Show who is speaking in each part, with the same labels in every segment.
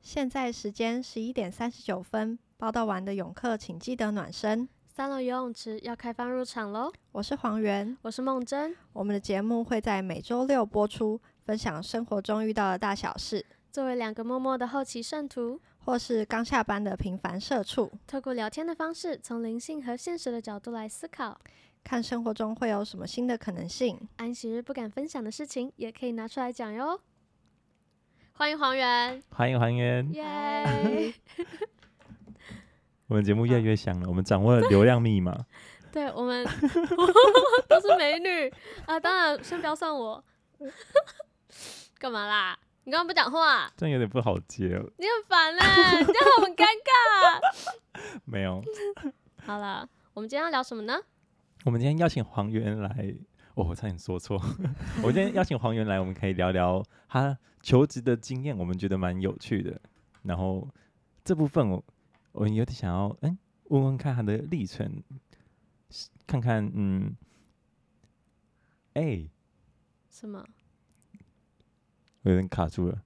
Speaker 1: 现在时间十一点三十九分，报道完的泳客请记得暖身。
Speaker 2: 三楼游泳池要开放入场喽！
Speaker 1: 我是黄源，
Speaker 2: 我是梦真，
Speaker 1: 我们的节目会在每周六播出，分享生活中遇到的大小事，
Speaker 2: 作为两个默默的后期圣徒，
Speaker 1: 或是刚下班的平凡社畜，
Speaker 2: 透过聊天的方式，从灵性和现实的角度来思考。
Speaker 1: 看生活中会有什么新的可能性。
Speaker 2: 安息日不敢分享的事情，也可以拿出来讲哟。欢迎黄源，
Speaker 3: 欢迎还原，
Speaker 2: 耶、
Speaker 3: 我们节目越来越响了，我们掌握了流量密码。
Speaker 2: 对我们 都是美女啊，当然先不要算我。 干嘛啦？你刚刚不讲话，
Speaker 3: 这样有点不好接哦，
Speaker 2: 你很烦嘞、欸你这样很尴尬。
Speaker 3: 没有。
Speaker 2: 好了，我们今天要聊什么呢？
Speaker 3: 我们今天邀请黄源来，哦，我差点说错。 我们今天邀请黄源来，我们可以聊聊他求职的经验，我们觉得蛮有趣的。然后这部分我我有点想要，嗯，问问看他的历程，是看看，嗯，哎、
Speaker 2: 什么？
Speaker 3: 我有点卡住了。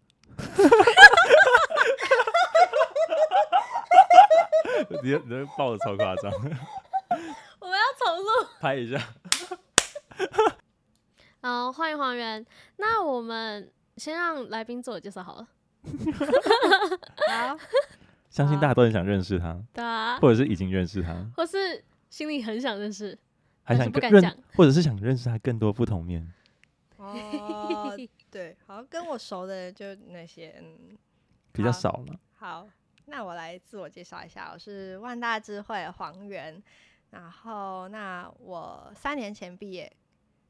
Speaker 3: 你你这爆的超夸张，
Speaker 2: 我们要重录。
Speaker 3: 拍一下。
Speaker 2: 好，欢迎黄源。那我们先让来宾自我介绍好了。
Speaker 1: 好，
Speaker 3: 相信大家都很想认识他，
Speaker 2: 对啊，
Speaker 3: 或者是已经认识他，
Speaker 2: 或是心里很想 认识，
Speaker 3: 还
Speaker 2: 但是
Speaker 3: 想
Speaker 2: 不
Speaker 3: 更
Speaker 2: 敢
Speaker 3: 认
Speaker 2: 讲，
Speaker 3: 或者是想认识他更多不同面。
Speaker 1: 哦，对，好，跟我熟的人就那些，嗯，
Speaker 3: 比较
Speaker 1: 好
Speaker 3: 少了。
Speaker 1: 好，那我来自我介绍一下，我是万大智慧的黄源，然后那我三年前毕业，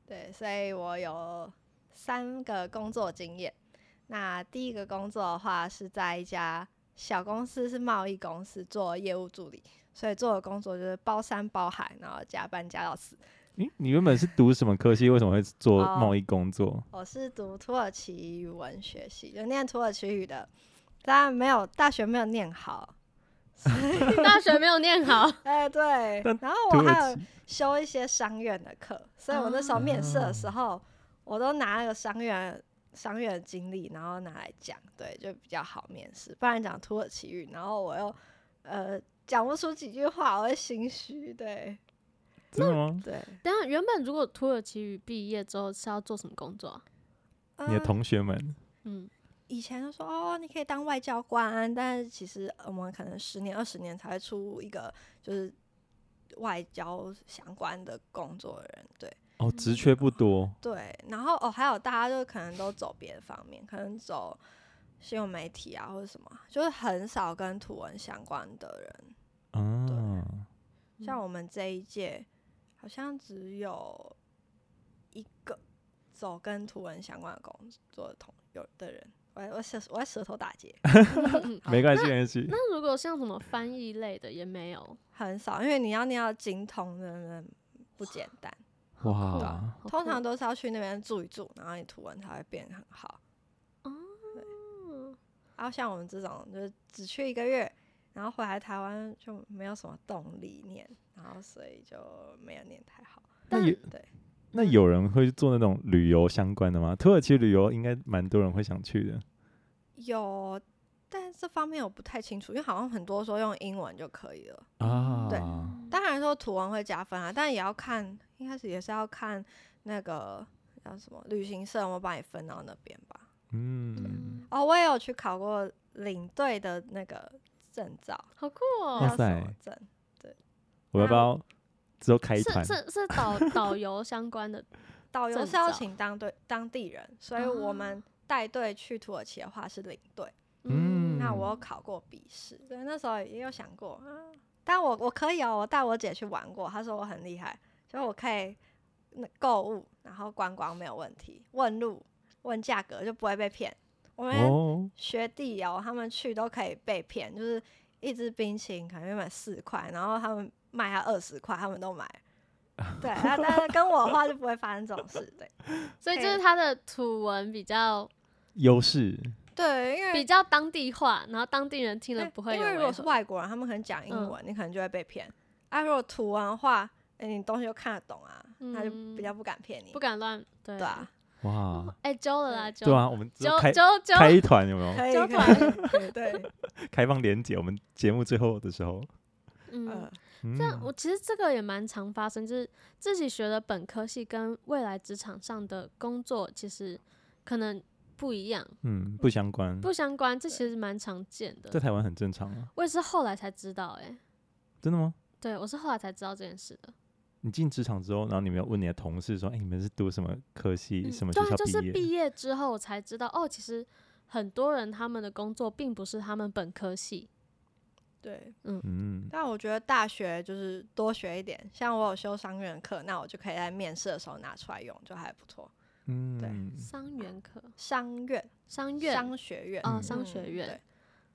Speaker 1: 对，所以我有三个工作经验。那第一个工作的话是在一家小公司，是贸易公司做业务助理，所以做的工作就是包山包海，然后加班加到死。
Speaker 3: 你你原本是读什么科系？为什么会做
Speaker 1: 哦
Speaker 3: 贸易工作？
Speaker 1: 我是读土耳其语文学系，就念土耳其语的，当然没有大学没有念好，
Speaker 2: 大学没有 念好，
Speaker 1: 哎、对
Speaker 3: 但，
Speaker 1: 然后
Speaker 2: 哦
Speaker 3: 土
Speaker 1: 我
Speaker 3: 耳
Speaker 2: 啊
Speaker 1: 还有
Speaker 3: 其
Speaker 1: 修一些商院的课，所以我那时候面试的时候，
Speaker 3: 啊
Speaker 1: 我都拿那个商院商院的经历，然后拿来讲，对，就比较好面试。不然讲土耳其语，然后我又呃讲不出几句话，我会心虚。对
Speaker 3: 真的吗？
Speaker 1: 对，
Speaker 2: 等一下，原本如果土耳其语毕业之后是要做什么工作啊？
Speaker 3: 你的
Speaker 1: 嗯
Speaker 3: 同学们，
Speaker 2: 嗯，
Speaker 1: 以前就说哦，你可以当外交官，但是其实我们可能十年、二十年才会出一个就是外交相关的工作的人，对。
Speaker 3: 哦，职缺不多，
Speaker 1: 对，然后哦，还有大家就可能都走别的方面，可能走新闻媒体啊，或者什么，就是很少跟图文相关的人。
Speaker 2: 嗯
Speaker 3: 啊，
Speaker 1: 像我们这一届，好像只有一个走跟图文相关的工作的同有的人。我我舌我在舌头打结，
Speaker 2: 好
Speaker 3: 没关系，没关系。
Speaker 2: 啊那如果像什么翻译类的也没有，
Speaker 1: 很少，因为你要念到精通的人不简单，酷
Speaker 3: 哇
Speaker 1: 啊，
Speaker 2: 好
Speaker 1: 通常
Speaker 2: 酷
Speaker 1: 都是要去那边住一住，然后你图文才会变得很好。
Speaker 2: 哦
Speaker 1: 然后像我们这种，就是只去一个月，然后回来台湾就没有什么动力念，然后所以就没有念太好。
Speaker 3: 那
Speaker 2: 但
Speaker 3: 有
Speaker 1: 对
Speaker 3: 那有人会做那种旅游相关的吗？土耳其旅游应该蛮多人会想去的。
Speaker 1: 有，但这方面我不太清楚，因为好像很多说用英文就可以了。
Speaker 3: 啊，
Speaker 1: 对当然说图文会加分啊，但也要看，一开始也是要看那个叫什么旅行社有没有把你分到那边吧。
Speaker 3: 嗯，
Speaker 2: 嗯，
Speaker 1: 哦，我也有去考过领队的那个证照，
Speaker 2: 好酷
Speaker 3: 哇
Speaker 2: 哦！
Speaker 1: 叫什
Speaker 3: 塞
Speaker 1: 么证？
Speaker 3: 我要不要之后开一
Speaker 2: 是
Speaker 3: 团？
Speaker 2: 是是 导导游相关的
Speaker 1: 导游
Speaker 2: 证
Speaker 1: 是要
Speaker 2: 照
Speaker 1: 请当队当地人，所以我
Speaker 2: 啊
Speaker 1: 们带队去土耳其的话是领队。
Speaker 3: 嗯
Speaker 1: 那我有考过笔试，对，那时候也有想过啊，但我我可以哦，我带我姐去玩过，她说我很厉害，所以我可以那购物，然后观光没有问题，问路问价格就不会被骗。我们
Speaker 3: 哦，
Speaker 1: 学弟哦，他们去都可以被骗，就是一支冰淇淋可能买四块，然后他们卖他二十块，他们都买。对，啊，但是跟我的话就不会发生这种事， 对。
Speaker 2: 所以就
Speaker 1: 对
Speaker 2: 是它的土文比较
Speaker 3: 优势
Speaker 1: 对，因为
Speaker 2: 比较当地话，然后当地人听了
Speaker 1: 对
Speaker 2: 不会有
Speaker 1: 因
Speaker 2: 违和。
Speaker 1: 为如果是外国人，他们可能讲英
Speaker 2: 嗯
Speaker 1: 文，你可能就会被骗。啊，如果图文的话，哎、你东西又看得懂啊，他就
Speaker 2: 嗯
Speaker 1: 比较不敢骗你。
Speaker 2: 不敢乱对
Speaker 1: 对啊，
Speaker 3: 哇，
Speaker 2: 哎，周了啦，周
Speaker 3: 对啊，我们之后
Speaker 2: 周
Speaker 3: 开
Speaker 2: 周周，
Speaker 3: 开一团有没有？
Speaker 1: 可以
Speaker 2: 交
Speaker 1: 可以，对，
Speaker 3: 开放连结，我们节目最后的时候，
Speaker 2: 嗯
Speaker 1: 呃，，
Speaker 3: 嗯
Speaker 2: 这样我其实这个也蛮常发生，就是自己学的本科系跟未来职场上的工作其实可能不一样，
Speaker 3: 嗯不相关，
Speaker 2: 不相关，这其实蛮常见
Speaker 3: 在
Speaker 2: 的。
Speaker 3: 台湾很正常啊，
Speaker 2: 我也是后来才知道、哎，
Speaker 3: 真的吗？
Speaker 2: 对我是后来才知道这件事的。
Speaker 3: 你进职场之后，然后你没有问你的同事说，哎、你们是读什么科系、
Speaker 2: 嗯
Speaker 3: 什么学
Speaker 2: 对啊，
Speaker 3: 校
Speaker 2: 就是
Speaker 3: 业？
Speaker 2: 毕业之后我才知道，哦，其实很多人他们的工作并不是他们本科系。
Speaker 1: 对。
Speaker 3: 嗯，
Speaker 1: 但我觉得大学就是多学一点，像我有修商院课，那我就可以在面试的时候拿出来用，就还不错。
Speaker 3: 嗯，
Speaker 2: 商元科，
Speaker 1: 商院、
Speaker 2: 商院，
Speaker 1: 商学院，
Speaker 2: 哦，
Speaker 3: 嗯
Speaker 2: 商
Speaker 1: 嗯
Speaker 2: 学院，，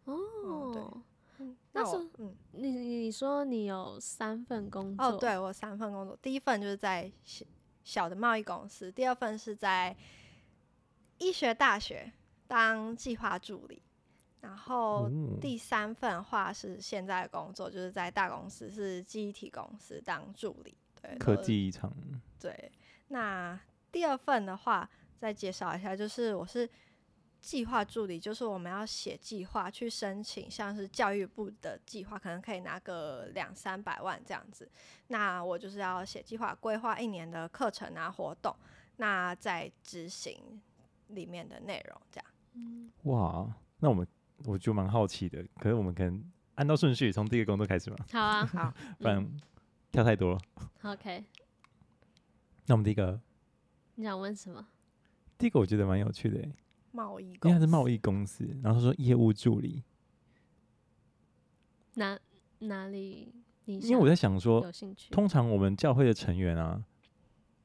Speaker 1: 嗯对
Speaker 2: 哦。
Speaker 1: 对嗯
Speaker 2: 那
Speaker 1: 那我
Speaker 2: 是
Speaker 1: 嗯
Speaker 2: 你你你说你有三份工作，
Speaker 1: 哦，，对我三份工作，第一份就是在小小的贸易公司，第二份是在医学大学当计划助理，然后
Speaker 2: 嗯
Speaker 3: 哦
Speaker 1: 第三份的话是现在的工作，就是在大公司是记忆体公司当助理，对，
Speaker 3: 科
Speaker 1: 都
Speaker 3: 技厂，
Speaker 1: 对，那第二份的话，再介绍一下，就是我是计划助理，就是我们要写计划去申请，像是教育部的计划，可能可以拿个两三百万这样子。那我就是要写计划，规划一年的课程啊、活动，那再执行里面的内容，这样。
Speaker 2: 嗯，
Speaker 3: 哇，那我们我就蛮好奇的，可是我们可能按照顺序从第一个工作开始嘛，
Speaker 2: 好 啊，
Speaker 1: 好，
Speaker 3: 不然跳太多了。
Speaker 2: ，OK，
Speaker 3: 那我们第一个，
Speaker 2: 你想问什么？
Speaker 3: 第一个我觉得蛮有趣的欸，
Speaker 1: 贸易
Speaker 3: 因为
Speaker 1: 公
Speaker 3: 它是
Speaker 1: 司，
Speaker 3: 贸易公司，然后他说业务助理，
Speaker 2: 哪哪里？你
Speaker 3: 因为我在想说，
Speaker 2: 有兴趣？
Speaker 3: 通常我们教会的成员啊，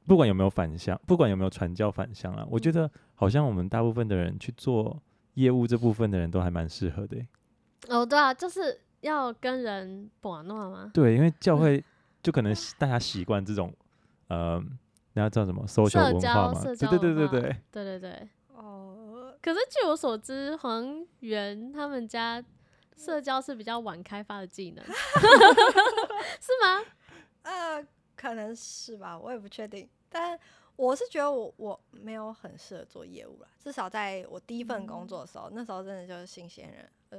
Speaker 3: 不管有没有返乡，不管有没有传教返乡啊，我
Speaker 2: 嗯
Speaker 3: 觉得好像我们大部分的人去做业务这部分的人都还蛮适合的欸、
Speaker 2: 哦，对啊，就是要跟人玩闹吗？
Speaker 3: 对，因为教 会就可能习大家习惯这种，呃，那叫什么 social
Speaker 2: 社
Speaker 3: 文化
Speaker 2: 交
Speaker 3: 嘛，
Speaker 2: 社
Speaker 3: 对
Speaker 2: 交
Speaker 3: 对对对
Speaker 2: 文化
Speaker 3: 对，
Speaker 2: 对对对。
Speaker 1: 哦，
Speaker 2: 可是据我所知，黄源他们家社交是比较晚开发的技 能，是吗？
Speaker 1: 呃，可能是吧，我也不确定，但。我是觉得我我没有很适合做业务啦，至少在我第一份工作的时候，那时候真的就是新鲜人，呃，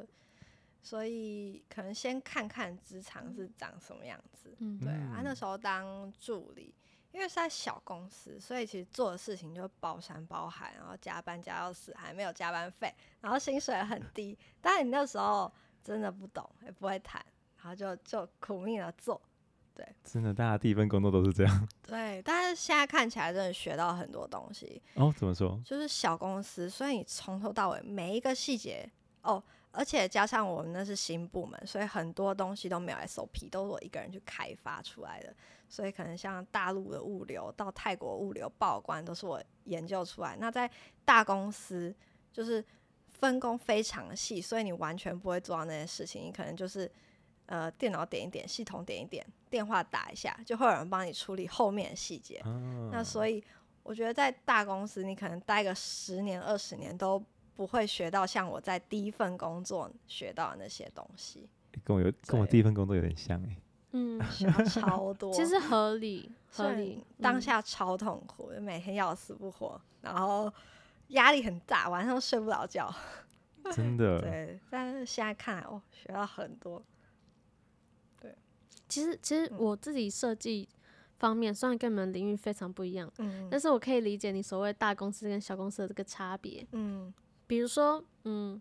Speaker 1: 所以可能先看看职场是长什么样子。
Speaker 2: 嗯，
Speaker 1: 对啊，那
Speaker 3: 嗯
Speaker 1: 时候当助理，因为是在小公司，所以其实做的事情就包山包海，然后加班加到死，还没有加班费，然后薪水很低。但你那时候真的不懂，也不会谈，然后就就苦命的做。
Speaker 3: 真的，大家第一份工作都是这样。
Speaker 1: 对，但是现在看起来真的学到很多东西，
Speaker 3: 哦，怎么说？
Speaker 1: 就是小公司，所以你从头到尾每一个细节哦，而且加上我们那是新部门，所以很多东西都没有 SOP，都是我一个人去开发出来的。所以可能像大陆的物流到泰国物流报关都是我研究出来。那在大公司就是分工非常细，所以你完全不会做到那些事情，你可能就是。呃，电脑点一点，系统点一点，电话打一下，就会有人帮你处理后面的细节。
Speaker 3: 啊，
Speaker 1: 那所以我觉得在大公司，你可能待个十年、二十年都不会学到像我在第一份工作学到的那些东西，
Speaker 3: 跟我有跟我
Speaker 1: 对
Speaker 3: 第一份工作有点像哎、
Speaker 2: 嗯，
Speaker 1: 学到超多。
Speaker 2: 其实合理，
Speaker 1: 虽
Speaker 2: 合
Speaker 1: 然
Speaker 2: 理。
Speaker 1: 当
Speaker 2: 嗯
Speaker 1: 下超痛苦，就每天要死不活，然后压力很大，晚上睡不着觉。
Speaker 3: 真的。
Speaker 1: 对，但是现在看来，哦，学到很多。
Speaker 2: 其实其实
Speaker 1: 嗯
Speaker 2: 我自己设计方面，虽然跟你们领域非常不一样，
Speaker 1: 嗯
Speaker 2: 但是我可以理解你所谓大公司跟小公司的这个差别。
Speaker 1: 嗯
Speaker 2: 比如说，嗯，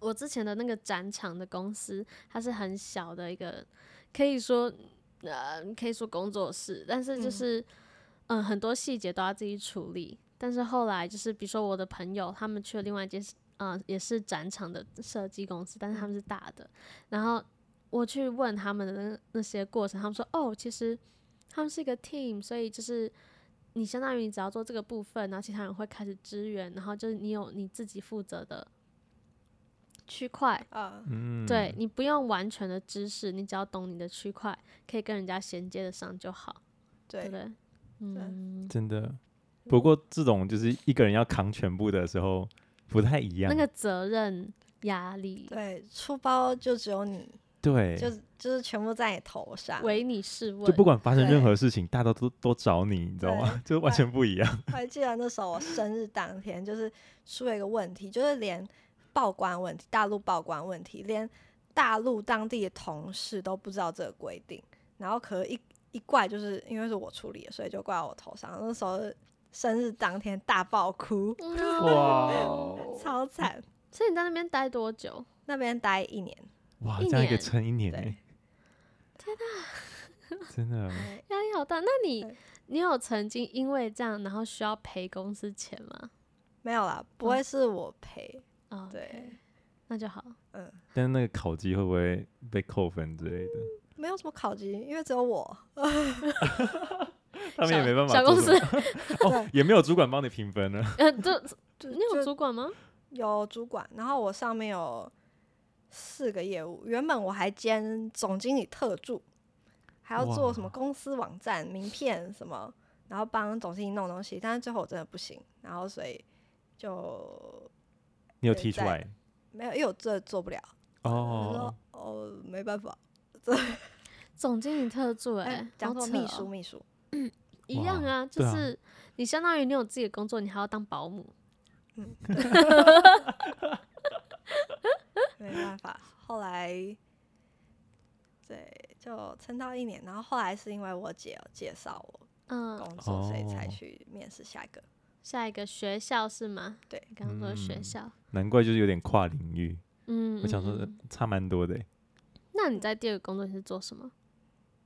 Speaker 2: 我之前的那个展场的公司，它是很小的一个，可以说，呃，可以说工作室，但是就
Speaker 1: 嗯
Speaker 2: 是，嗯、很多细节都要自己处理。但是后来就是，比如说我的朋友，他们去了另外一间，呃，也是展场的设计公司，但是他们是大的。然后我去问他们的那那些过程，他们说，哦，其实他们是一个 team，所以就是你相当于你只要做这个部分，然后其他人会开始支援，然后就是你有你自己负责的区块，
Speaker 1: 啊
Speaker 3: 嗯，
Speaker 2: 对，你不用完全的知识，你只要懂你的区块，可以跟人家衔接的上就好，对
Speaker 1: 对
Speaker 2: 不对？嗯，
Speaker 3: 真的。不过这种就是一个人要扛全部的时候，不太一
Speaker 2: 那
Speaker 3: 样。
Speaker 2: 个责任压力，
Speaker 1: 对，出包就只有你，
Speaker 3: 对，
Speaker 1: 就是就是全部在你头上，
Speaker 2: 唯你是问，
Speaker 3: 就不管发生任
Speaker 1: 对
Speaker 3: 何事情，大家都都找你，你知道吗？ 就完
Speaker 1: 对
Speaker 3: 全不一样。
Speaker 1: 我还记得那时候我生日当天，就是出了一个问题，就是连报关问题，大陆报关问题，连大陆当地的同事都不知道这个规定，然后可是一一怪就是因为是我处理的，所以就怪我头上。那时候生日当天大爆哭，
Speaker 2: 嗯
Speaker 1: 超惨。
Speaker 2: 所以你在那边待多久？
Speaker 1: 那边待一年，
Speaker 3: 哇，
Speaker 2: 一
Speaker 3: 这样一个
Speaker 2: 年
Speaker 3: 撑一年
Speaker 1: 对
Speaker 3: 欸，天哪，真的
Speaker 1: 哎
Speaker 2: 压力好大。那你
Speaker 1: 对
Speaker 2: 你有曾经因为这样，然后需要赔公司钱吗？
Speaker 1: 没有啦，不会是我赔，
Speaker 2: 哦，
Speaker 1: 对，
Speaker 2: 那就好。
Speaker 1: 嗯，
Speaker 3: 但是那个烤鸡会不会被扣分之类的？
Speaker 1: 没有什么考级，因为只有我，
Speaker 3: 他们也
Speaker 2: 小
Speaker 3: 没办法
Speaker 2: 小
Speaker 3: 做
Speaker 2: 公
Speaker 3: 什
Speaker 2: 司
Speaker 3: 么，哦，也没有主管帮你评分了。
Speaker 2: 呃，这
Speaker 1: 就
Speaker 2: 你有
Speaker 1: 就
Speaker 2: 主管吗？
Speaker 1: 有主管，然后我上面有四个业务，原本我还兼总经理特助，还要做什么
Speaker 3: 哇
Speaker 1: 公司网站、名片什么，然后帮总经理弄东西，但是最后我真的不行，然后所以就
Speaker 3: 你有
Speaker 1: 对
Speaker 3: 提出
Speaker 1: 在
Speaker 3: 来
Speaker 1: 没有，因为我这做不了，我
Speaker 3: 哦
Speaker 1: 说？哦没办法，
Speaker 2: 总经理特助、
Speaker 1: 哎
Speaker 2: 哎，
Speaker 1: 讲
Speaker 2: 好
Speaker 1: 做
Speaker 2: 扯
Speaker 1: 秘
Speaker 2: 哦
Speaker 1: 书秘书，
Speaker 2: 一样
Speaker 3: 哇
Speaker 2: 啊，就
Speaker 3: 对啊
Speaker 2: 是、你相当于你有自己的工作，你还要当保姆，
Speaker 1: 没办法，后来对就撑到一年，然后后来是因为我姐有介绍我
Speaker 2: 嗯，
Speaker 1: 工作，所以才
Speaker 3: 哦
Speaker 1: 去面试下一个。
Speaker 2: 下一个学校是吗？
Speaker 1: 对
Speaker 2: 你刚刚说的学
Speaker 3: 嗯
Speaker 2: 校，
Speaker 3: 难怪就是有点跨领域，
Speaker 2: 嗯，
Speaker 3: 我想
Speaker 2: 嗯
Speaker 3: 说
Speaker 2: 嗯
Speaker 3: 差蛮多的欸。
Speaker 2: 那你在第二个工作你是做什么？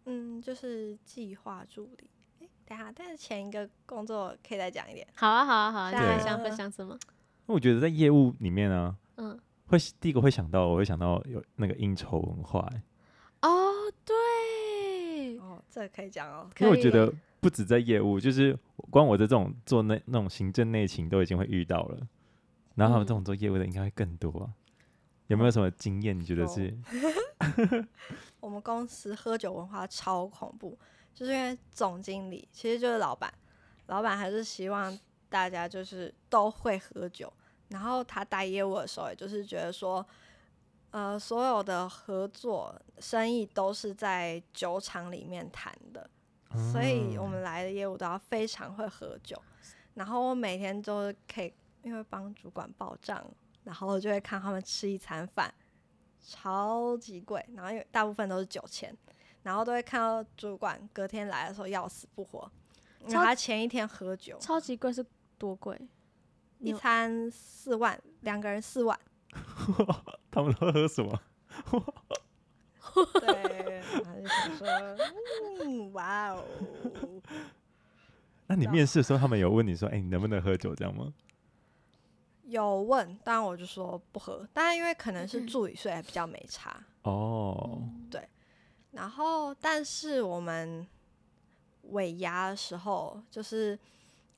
Speaker 1: 嗯，就是计划助理。哎，等一下，但是前一个工作可以再讲一点。
Speaker 2: 好啊，好啊，好啊，你
Speaker 1: 对
Speaker 2: 还想分享什么？
Speaker 3: 那我觉得在业务里面呢，
Speaker 2: 嗯，
Speaker 3: 会第一个会想到，我会想到有那个应酬文化欸，
Speaker 2: 哦，对，
Speaker 1: 哦，这个可以讲哦。
Speaker 3: 因为我
Speaker 2: 可
Speaker 3: 觉
Speaker 2: 以
Speaker 3: 得不止在业务，就是光我这种做那那种行政内勤都已经会遇到了，然后他们这种做业务的应该会更多啊。有没有什么经验？你觉得
Speaker 1: 有
Speaker 3: 是
Speaker 1: 我们公司喝酒文化超恐怖，就是因为总经理其实就是老板，老板还是希望大家就是都会喝酒。然后他带业务的时候，也就是觉得说，呃，所有的合作生意都是在酒厂里面谈的，所以我们来的业务都要非常会喝酒。然后我每天都可以，因为帮主管报账，然后就会看他们吃一餐饭，超级贵，然后有大部分都是酒钱，然后都会看到主管隔天来的时候要死不活，因为
Speaker 2: 超
Speaker 1: 他啊前一天喝酒，
Speaker 2: 超级贵是多贵？
Speaker 1: 一餐四万，两个人四万，
Speaker 3: 他们都喝什么？
Speaker 1: 对，然后就想说，嗯，哇哦，
Speaker 3: 那你
Speaker 1: 对啊
Speaker 3: 面试的时候，他们有问你说：“哎、你能不能喝酒？”这样吗？
Speaker 1: 有问，当然我就说不喝，但因为可能是助理，所以还比较没差。
Speaker 3: 哦，
Speaker 2: 嗯
Speaker 1: 然后，但是我们尾牙的时候，就是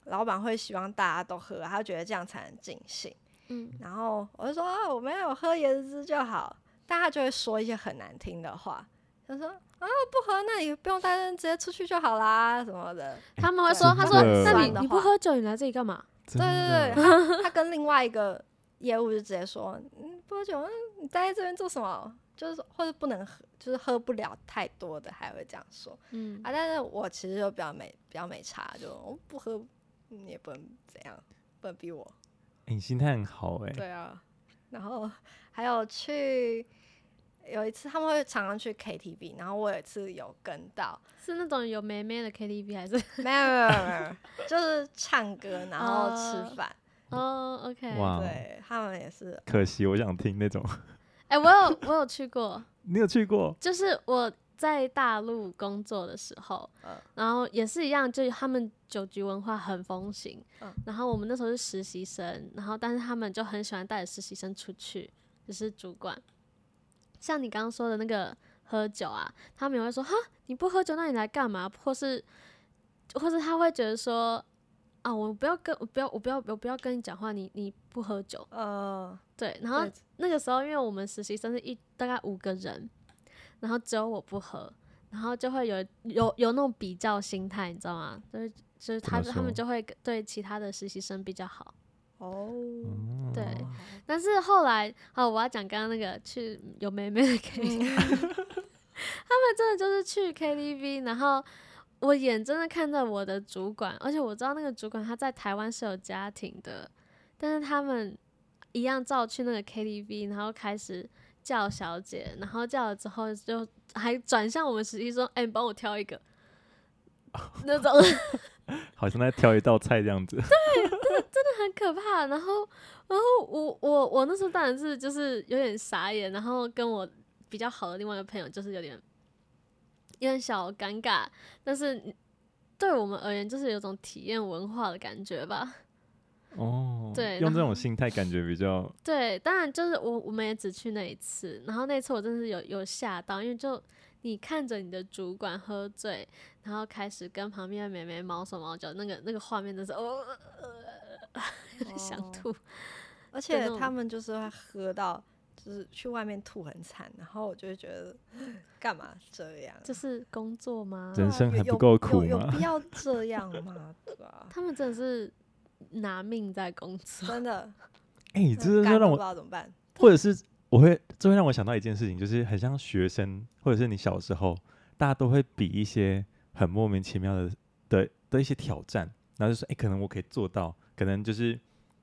Speaker 1: 老板会希望大家都喝，他觉得这样才能尽兴。
Speaker 2: 嗯，
Speaker 1: 然后我就说啊，我没有喝椰汁就好，但他就会说一些很难听的话，他说啊不喝，那你不用担心，直接出去就好啦什么的。
Speaker 2: 他们会说，他说，
Speaker 3: 真的
Speaker 2: 那你
Speaker 1: 酸的
Speaker 2: 你不
Speaker 1: 话
Speaker 2: 喝酒，你来这里干嘛？
Speaker 3: 真
Speaker 1: 对对对，
Speaker 3: 的，
Speaker 1: 他他跟另外一个业务就直接说，嗯，不喝酒，嗯你待在这边做什么？就是说或者不能喝，就是喝不了太多的，还会这样说。
Speaker 2: 嗯，
Speaker 1: 啊，但是我其实就比较没比较没差，就我不喝，你也不能怎样，不能逼我。
Speaker 3: 哎你心态很好哎、
Speaker 1: 对啊，然后还有去有一次他们会常常去 KTV，然后我有一次有跟到，
Speaker 2: 是那种有妹妹的 KTV 还是？
Speaker 1: 没有没有没有没有，就是唱歌然后
Speaker 2: 哦
Speaker 1: 吃饭，
Speaker 2: 哦，OK，
Speaker 3: 哇，
Speaker 1: 对他们也是
Speaker 3: 可惜我想听那种，
Speaker 2: 哎，我有我有去过，
Speaker 3: 你有去过？
Speaker 2: 就是我在大陆工作的时候，
Speaker 1: 嗯
Speaker 2: 然后也是一样，就是他们酒局文化很风行，
Speaker 1: 嗯
Speaker 2: 然后我们那时候是实习生，然后但是他们就很喜欢带着实习生出去，就是主管，像你刚刚说的那个喝酒啊，他们也会说哈你不喝酒，那你来干嘛？或是或是他会觉得说啊我不要跟我不要我不要我不要跟你讲话，你你不喝酒，
Speaker 1: 呃，
Speaker 2: 对，然后
Speaker 1: 对
Speaker 2: 那个时候，因为我们实习生是一大概五个人，然后只有我不喝，然后就会有有有那种比较心态，你知道吗？就是就是他
Speaker 3: 怎么
Speaker 2: 他们
Speaker 3: 说
Speaker 2: 就会跟对其他的实习生比较好，
Speaker 1: 哦，
Speaker 3: 嗯
Speaker 2: 对
Speaker 1: 哦
Speaker 2: 但是后来，好，我要讲刚刚那个去有妹妹的 K，、他们真的就是去 KTV，然后我眼睁睁看着我的主管，而且我知道那个主管他在台湾是有家庭的，但是他们一样照去那个 KTV，然后开始叫小姐，然后叫了之后就还转向我们实习说：“哎、你帮我挑一个。” 那种
Speaker 3: 好像在挑一道菜 这样子。
Speaker 2: 很可怕。然后，然后我我我那时候当然是就是有点傻眼，然后跟我比较好的另外一个朋友就是有点有点小尴尬，但是对我们而言就是有种体验文化的感觉吧。
Speaker 3: 哦，
Speaker 2: 对
Speaker 3: 用
Speaker 2: 然
Speaker 3: 这种
Speaker 2: 后
Speaker 3: 心态感觉比较
Speaker 2: 对，当然就是我我们也只去那一次，然后那次我真的是有有吓到，因为就你看着你的主管喝醉，然后开始跟旁边的妹妹毛手毛脚，那个那个画面真是哦，
Speaker 1: 哦
Speaker 2: 呃想吐。
Speaker 1: 而
Speaker 2: 那
Speaker 1: 且
Speaker 2: 种
Speaker 1: 他们就是会喝到，就是去外面吐很惨，然后我就会觉得干嘛这样？
Speaker 2: 这是工作吗？
Speaker 3: 人生
Speaker 1: 有
Speaker 3: 还不
Speaker 1: 有
Speaker 3: 够
Speaker 1: 有
Speaker 3: 苦
Speaker 1: 有
Speaker 3: 吗
Speaker 1: 必要这样吗？对 吧？
Speaker 2: 他们真的是拿命在工作，
Speaker 1: 真的，
Speaker 3: 哎、
Speaker 1: 你
Speaker 3: 这就让
Speaker 1: 不知
Speaker 3: 我，
Speaker 1: 道怎么办。
Speaker 3: 或者是我会，这会让我想到一件事情，就是很像学生，或者是你小时候，大家都会比一些很莫名其妙的的的一些挑战，然后就说，哎、可能我可以做到，可能就是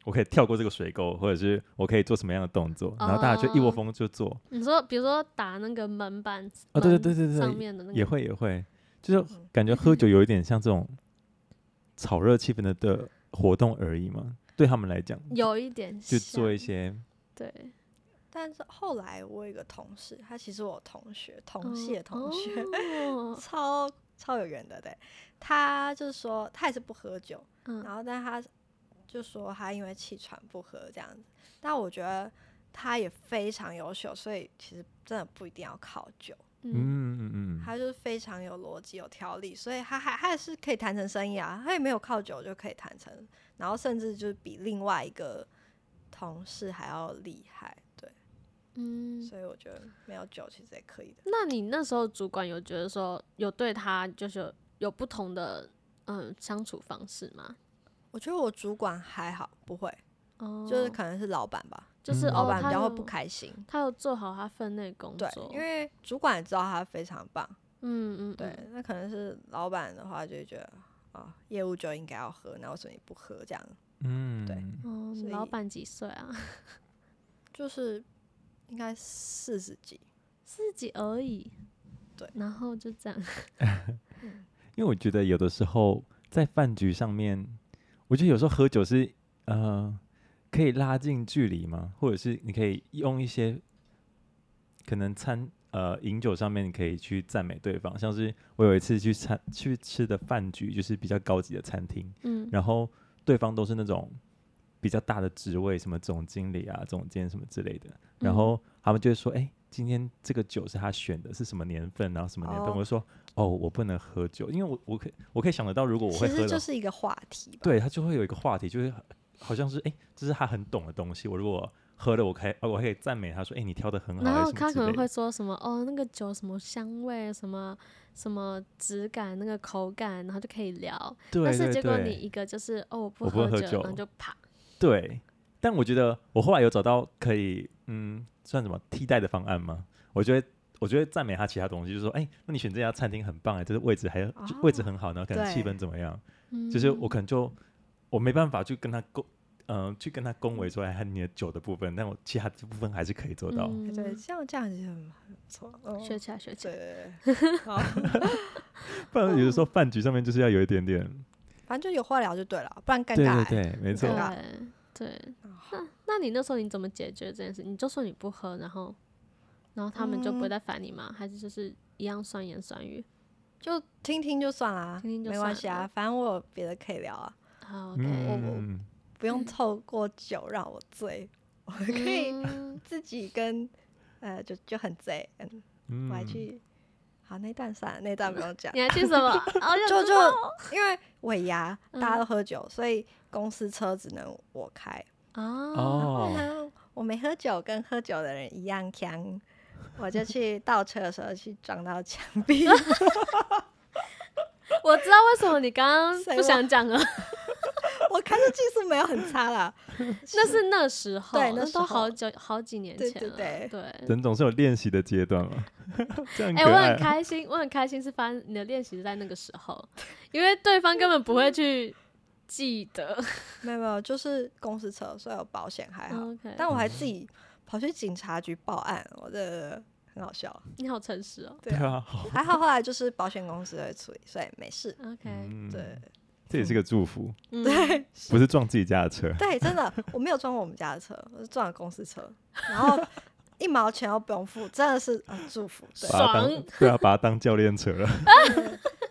Speaker 3: 我可以跳过这个水沟，或者是我可以做什么样的动作，然后大家就一窝
Speaker 2: 哦
Speaker 3: 蜂就做。
Speaker 2: 你说，比如说打那个门板，
Speaker 3: 哦，对对
Speaker 2: 门
Speaker 3: 对对对，
Speaker 2: 上面的那
Speaker 3: 也
Speaker 2: 个，
Speaker 3: 会也会，就是
Speaker 1: 嗯
Speaker 3: 感觉喝酒有一点像这种炒热气氛的的活动而已嘛，对他们来讲，
Speaker 2: 有一点
Speaker 3: 就
Speaker 2: 像，
Speaker 3: 做一些
Speaker 2: 对，
Speaker 1: 但是后来我有一个同事，他其实我同学，同系的同学，
Speaker 2: 哦
Speaker 1: 超超有缘的，对。他就说他也是不喝酒，
Speaker 2: 嗯
Speaker 1: 然后但他就说他因为气喘不喝这样子。但我觉得他也非常优秀，所以其实真的不一定要靠酒，
Speaker 2: 嗯，
Speaker 3: 嗯嗯嗯，
Speaker 1: 他就是非常有逻辑、有条理，所以他还他也是可以谈成生意啊，他也没有靠酒就可以谈成，然后甚至就是比另外一个同事还要厉害，对。
Speaker 2: 嗯
Speaker 1: 所以我觉得没有酒其实也可以的。
Speaker 2: 那你那时候主管有觉得说有对他就是有有不同的嗯相处方式吗？
Speaker 1: 我觉得我主管还好，不会，
Speaker 2: 哦，
Speaker 1: 就是可能是老板吧，
Speaker 2: 就是哦
Speaker 3: 嗯
Speaker 1: 老板
Speaker 2: 他
Speaker 1: 比较会
Speaker 2: 有
Speaker 1: 不开心。
Speaker 2: 他有做好他分内工
Speaker 1: 对
Speaker 2: 作，，
Speaker 1: 因为主管也知道他非常棒，
Speaker 2: 嗯嗯
Speaker 1: 对，
Speaker 2: 嗯
Speaker 1: 那可能是老板的话就会觉得啊、业务就应该要喝，那为什么你不喝？这样
Speaker 3: 嗯，
Speaker 1: 对
Speaker 2: 哦，你
Speaker 1: 所
Speaker 2: 老
Speaker 1: 以
Speaker 2: 板几岁啊？
Speaker 1: 就是应该四十几，
Speaker 2: 自己而已，
Speaker 1: 对
Speaker 2: 然后就这样，
Speaker 3: 因为我觉得有的时候在饭局上面，我觉得有时候喝酒是呃可以拉近距离嘛，或者是你可以用一些可能餐呃饮酒上面你可以去赞美对方，像是我有一次去餐去吃的饭局就是比较高级的餐厅，
Speaker 2: 嗯，
Speaker 3: 然后对方都是那种比较大的职位，什么总经理啊、总监什么之类的，然
Speaker 2: 嗯
Speaker 3: 后他们就会说：“哎、今天这个酒是他选的，是什么年份，然后什么年份。
Speaker 1: 哦
Speaker 3: 我就说：“哦，我不能喝酒，因为我我可以我可以想得到，如果我
Speaker 1: 其
Speaker 3: 会喝
Speaker 1: 实
Speaker 3: 的，
Speaker 1: 就是一个话题吧。
Speaker 3: 对他就会有一个话题，就是好像是哎、这是他很懂的东西。我如果喝了，我可以我还可以赞美他说：‘哎、你挑的很好。’
Speaker 2: 然后
Speaker 3: 什么
Speaker 2: 他
Speaker 3: 之
Speaker 2: 可能
Speaker 3: 类的
Speaker 2: 会说什么哦，那个酒什么香味，什么什么质感，那个口感，然后就可以聊。
Speaker 3: 对
Speaker 2: 但是结
Speaker 3: 对
Speaker 2: 果你
Speaker 3: 对
Speaker 2: 一个就是哦，我不
Speaker 3: 我不会喝
Speaker 2: 酒，然后
Speaker 3: 酒
Speaker 2: 就啪，
Speaker 3: 对。但我觉得我后来有找到可以嗯算什么替代的方案吗？我觉得。我觉得赞美他其他东西，就是说，哎、那你选这家餐厅很棒哎、这个位置还有、就位置
Speaker 1: 哦
Speaker 3: 很好，然后可能气
Speaker 1: 对
Speaker 3: 氛怎么样？
Speaker 2: 嗯、
Speaker 3: 就是我可能就我没办法去跟他恭，嗯、去跟他恭维说哎，你的酒的部分，但我其他这部分还是可以做到。
Speaker 2: 嗯
Speaker 1: 对，像这样其实很很不错。嗯、
Speaker 2: 学起来，学起来。
Speaker 1: 对对对，好，
Speaker 3: 不然有的时
Speaker 1: 哦
Speaker 3: 候饭局上面就是要有一点点，
Speaker 1: 反正就有话聊就对了，不然尴
Speaker 3: 对
Speaker 1: 尬、
Speaker 3: 对
Speaker 1: 欸。哦
Speaker 3: 对，没错
Speaker 1: 尴。尬
Speaker 2: 对对，
Speaker 1: 然后
Speaker 2: 那那你那时候你怎么解决这件事？你就说你不喝，然后然后他们就不会
Speaker 1: 嗯
Speaker 2: 再烦你吗？还是就是一样酸言酸语？
Speaker 1: 就听听就算啦，
Speaker 2: 听听就
Speaker 1: 没关
Speaker 2: 算
Speaker 1: 系啊
Speaker 2: 了，
Speaker 1: 反正我有别的可以聊啊。
Speaker 2: 好，
Speaker 3: 嗯，
Speaker 1: 不用透过酒让我醉， 我可以
Speaker 2: 嗯
Speaker 1: 自己跟呃就就很醉，嗯，
Speaker 3: 嗯
Speaker 1: 我还去，好那段算了，那段不用讲
Speaker 2: 你，还去什么？哦，
Speaker 1: 就就
Speaker 2: 啊
Speaker 1: 因为尾牙大家
Speaker 2: 嗯
Speaker 1: 都喝酒，所以公司车只能我开，
Speaker 2: 哦，
Speaker 1: 然后
Speaker 3: 哦，
Speaker 1: 呢我没喝酒，跟喝酒的人一样强，我就去倒车的时候去撞到墙壁，
Speaker 2: 我知道为什么你刚刚
Speaker 1: 谁
Speaker 2: 不想讲了。
Speaker 1: 我开的技术没有很差啦，
Speaker 2: 那是那时候，
Speaker 1: 对那
Speaker 2: 那
Speaker 1: 时
Speaker 2: 都好
Speaker 1: 候
Speaker 2: 久好几年
Speaker 1: 对
Speaker 2: 前
Speaker 1: 对
Speaker 2: 了，
Speaker 1: 对
Speaker 3: 人总是有练习的阶段嘛。 这样
Speaker 2: 哎、
Speaker 3: 可
Speaker 2: 我
Speaker 3: 爱啊
Speaker 2: 很开心，我很开心是发生你的练习是在那个时候，因为对方根本不
Speaker 1: 嗯
Speaker 2: 会去记得。
Speaker 1: 没有没有，就是公司车，所以有保险还好。
Speaker 2: 哦 OK，
Speaker 1: 哎但我还自己跑去警察局报案，我的很好笑。
Speaker 2: 你好诚实哦。
Speaker 3: 对啊，好，
Speaker 1: 还好后来就是保险公司会处理，所以没事。
Speaker 2: OK，
Speaker 3: 嗯，
Speaker 1: 对，
Speaker 3: 这也是个祝福，
Speaker 2: 嗯，
Speaker 1: 对
Speaker 3: 不是撞自己家的车。
Speaker 1: 对，真的，我没有撞过我们家的车，我是撞了公司车，然后一毛钱都不用付，真的是、呃、祝福。对，
Speaker 3: 把它当
Speaker 2: 爽
Speaker 3: 对啊，把它当教练车了。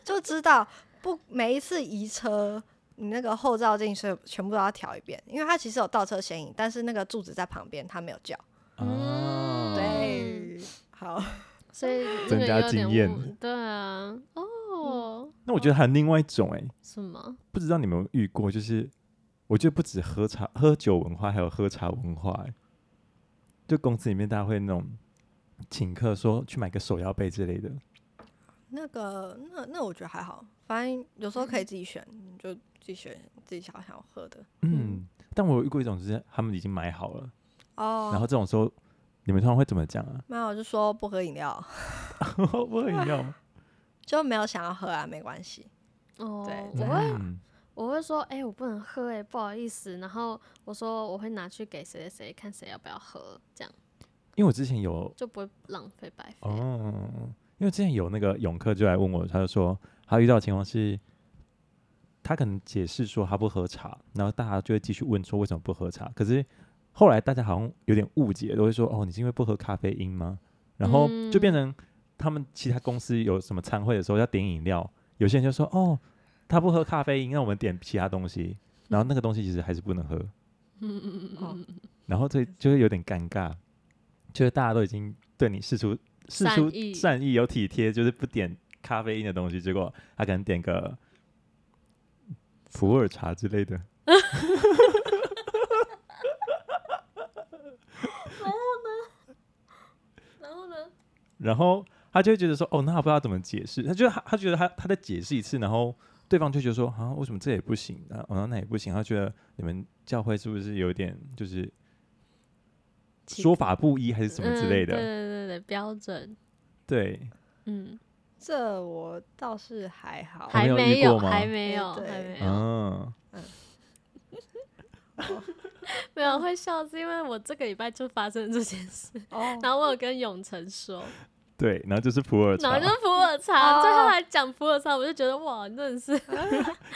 Speaker 1: 就知道不每一次移车，你那个后照镜是全部都要调一遍，因为它其实有倒车显影，但是那个柱子在旁边，它没有叫。
Speaker 2: 哦嗯
Speaker 3: 哦
Speaker 1: 对，好，
Speaker 2: 所以那
Speaker 3: 增
Speaker 2: 个
Speaker 3: 加
Speaker 2: 有点
Speaker 3: 经验
Speaker 2: 误对啊，
Speaker 1: 嗯
Speaker 2: 哦，
Speaker 3: 那我觉得还有另外一种哎、
Speaker 2: 什么？
Speaker 3: 不知道你们有没有遇过，就是我觉得不止喝茶、喝酒文化，还有喝茶文化、欸。就公司里面，大家会那种请客说去买个手摇杯之类的，
Speaker 1: 那个那那我觉得还好，反正有时候
Speaker 2: 嗯
Speaker 1: 可以自己选，你就自己选自己想想要喝的。
Speaker 3: 嗯。但我有遇过一种，就是他们已经买好了，
Speaker 1: 哦，
Speaker 3: 然后这种时候，你们通常会怎么讲啊？
Speaker 1: 没有，我就说不喝饮料，
Speaker 3: 我喝饮料吗，
Speaker 1: 就没有想要喝啊，没关系。
Speaker 2: 哦，
Speaker 1: 对
Speaker 2: 我会
Speaker 3: 嗯
Speaker 2: 我会说，哎、我不能喝、哎，不好意思。然后我说我会拿去给谁谁谁看谁要不要喝，这样
Speaker 3: 因为我之前有
Speaker 2: 就不会浪费白费。
Speaker 3: 哦，因为之前有那个泳客就来问我，他就说他遇到的情况是，他可能解释说他不喝茶，然后大家就会继续问说为什么不喝茶，可是后来大家好像有点误解，都会说哦，你是因为不喝咖啡因吗？然后就变成他们其他公司有什么餐会的时候要点饮料，有些人就说哦，他不喝咖啡因，那我们点其他东西，然后那个东西其实还是不能喝，
Speaker 2: 嗯
Speaker 1: 哦，
Speaker 3: 然后这就会有点尴尬，就是大家都已经对你试出试
Speaker 2: 善
Speaker 3: 出
Speaker 2: 意
Speaker 3: 善意有体贴，就是不点咖啡因的东西，结果他可能点个普洱茶之类的。
Speaker 2: 然后呢？
Speaker 3: 然后他就会觉得说，哦，那他不知道怎么解释，他就他他觉得他他再解释一次，然后对方就觉得说，啊，为什么这也不行啊，哦，那也不行，他觉得你们教会是不是有点就是
Speaker 2: 奇
Speaker 3: 说法不一还是什么之类的？
Speaker 2: 嗯、对对对对，标准。
Speaker 3: 对，
Speaker 2: 嗯，
Speaker 1: 这我倒是还好，
Speaker 3: 还
Speaker 2: 还
Speaker 3: 没有遇
Speaker 2: 没
Speaker 3: 过
Speaker 2: 有，
Speaker 3: 吗
Speaker 2: 还没有，
Speaker 1: 对
Speaker 2: 还没有，
Speaker 3: 嗯，
Speaker 2: 没有会笑，是因为我这个礼拜就发生了这件事，
Speaker 1: 哦
Speaker 2: 然后我有跟永成说，
Speaker 3: 对，然后就是普洱
Speaker 2: 然
Speaker 3: 茶
Speaker 2: 后。就是普洱茶，
Speaker 1: 哦
Speaker 2: 最后还讲普洱茶，我就觉得哇，你真的是，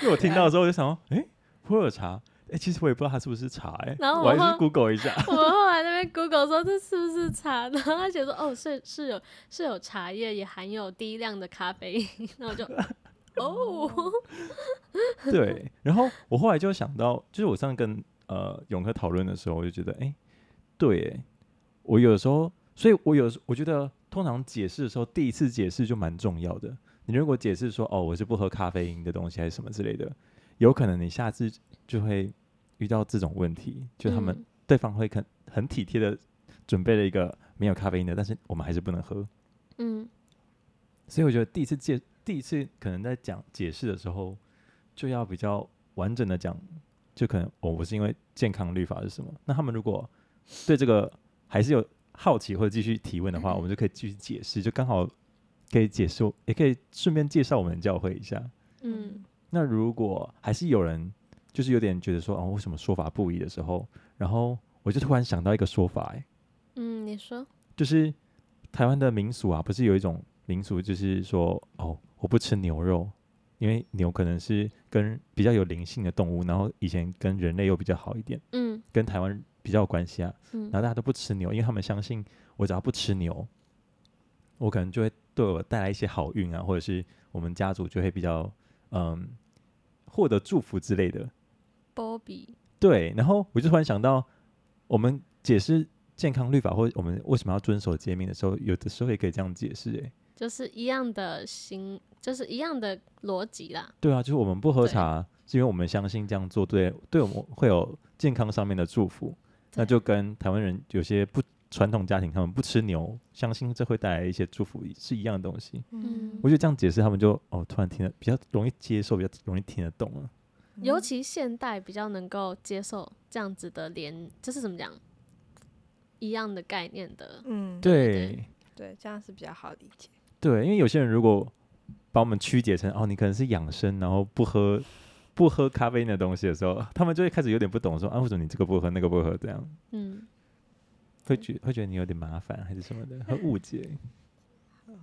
Speaker 3: 因为我听到的时候，我就想说，哎、普洱茶，哎、其实我也不知道它是不是茶、诶
Speaker 2: 然后
Speaker 3: 我
Speaker 2: 我
Speaker 3: 还是
Speaker 2: 后
Speaker 3: Google 一 下。
Speaker 2: 我们后来那边 Google 说这是不是茶，然后他觉得哦是是有是有茶叶，也含有低量的咖啡因， 那 我就哦，
Speaker 3: 对，然后我后来就想到，就是我上次跟呃永和讨论的时候，我就觉得，哎、对、诶我有时候，所以我有时我觉得，通常解释的时候，第一次解释就蛮重要的。你如果解释说，哦，我是不喝咖啡因的东西，还是什么之类的，有可能你下次就会遇到这种问题，就他们、
Speaker 2: 嗯
Speaker 3: 对方会很很体贴的准备了一个没有咖啡因的，但是我们还是不能喝。
Speaker 2: 嗯
Speaker 3: 所以我觉得第一次解第一次可能在讲解释的时候，就要比较完整的讲，就可能哦，我是因为健康律法是什么？那他们如果对这个还是有好奇或者继续提问的话，我们就可以继续解释，就刚好可以解释，也可以顺便介绍我们的教会一下。
Speaker 2: 嗯，
Speaker 3: 那如果还是有人就是有点觉得说哦，为什么说法不一的时候，然后我就突然想到一个说法、欸，
Speaker 2: 嗯，你说
Speaker 3: 就是台湾的民俗啊，不是有一种民俗，就是说哦，我不吃牛肉，因为牛可能是跟比较有灵性的动物，然后以前跟人类又比较好一点，
Speaker 2: 嗯
Speaker 3: 跟台湾比较有关系啊。
Speaker 2: 嗯
Speaker 3: 然后大家都不吃牛，因为他们相信我只要不吃牛，我可能就会对我带来一些好运啊，或者是我们家族就会比较嗯获得祝福之类的。
Speaker 2: ，Bobby，
Speaker 3: 对，然后我就突然想到，我们解释健康律法或我们为什么要遵守诫命的时候，有的时候也可以这样解释、欸，
Speaker 2: 就是一样的行，就是一样的逻辑啦。
Speaker 3: 对啊，就是我们不喝
Speaker 2: 对
Speaker 3: 茶，是因为我们相信这样做对对我们会有健康上面的祝福，那
Speaker 2: 对
Speaker 3: 就跟台湾人有些不传统家庭他们不吃牛，相信这会带来一些祝福是一样的东西。
Speaker 2: 嗯
Speaker 3: 我觉得这样解释，他们就哦突然听得比较容易接受，比较容易听得懂啊。
Speaker 1: 嗯
Speaker 2: 尤其现代比较能够接受这样子的连，就是怎么讲，一样的概念的，
Speaker 1: 嗯，
Speaker 3: 对
Speaker 1: 对，这样是比较好理解。
Speaker 3: 对，因为有些人如果把我们曲解成哦，你可能是养生，然后不喝不喝咖啡因的东西的时候， 他们就会开始有点不懂说，啊，为什么你这个不喝那个不喝这样。
Speaker 2: 嗯，
Speaker 3: 会觉会觉得你有点麻烦还是什么的，会误解。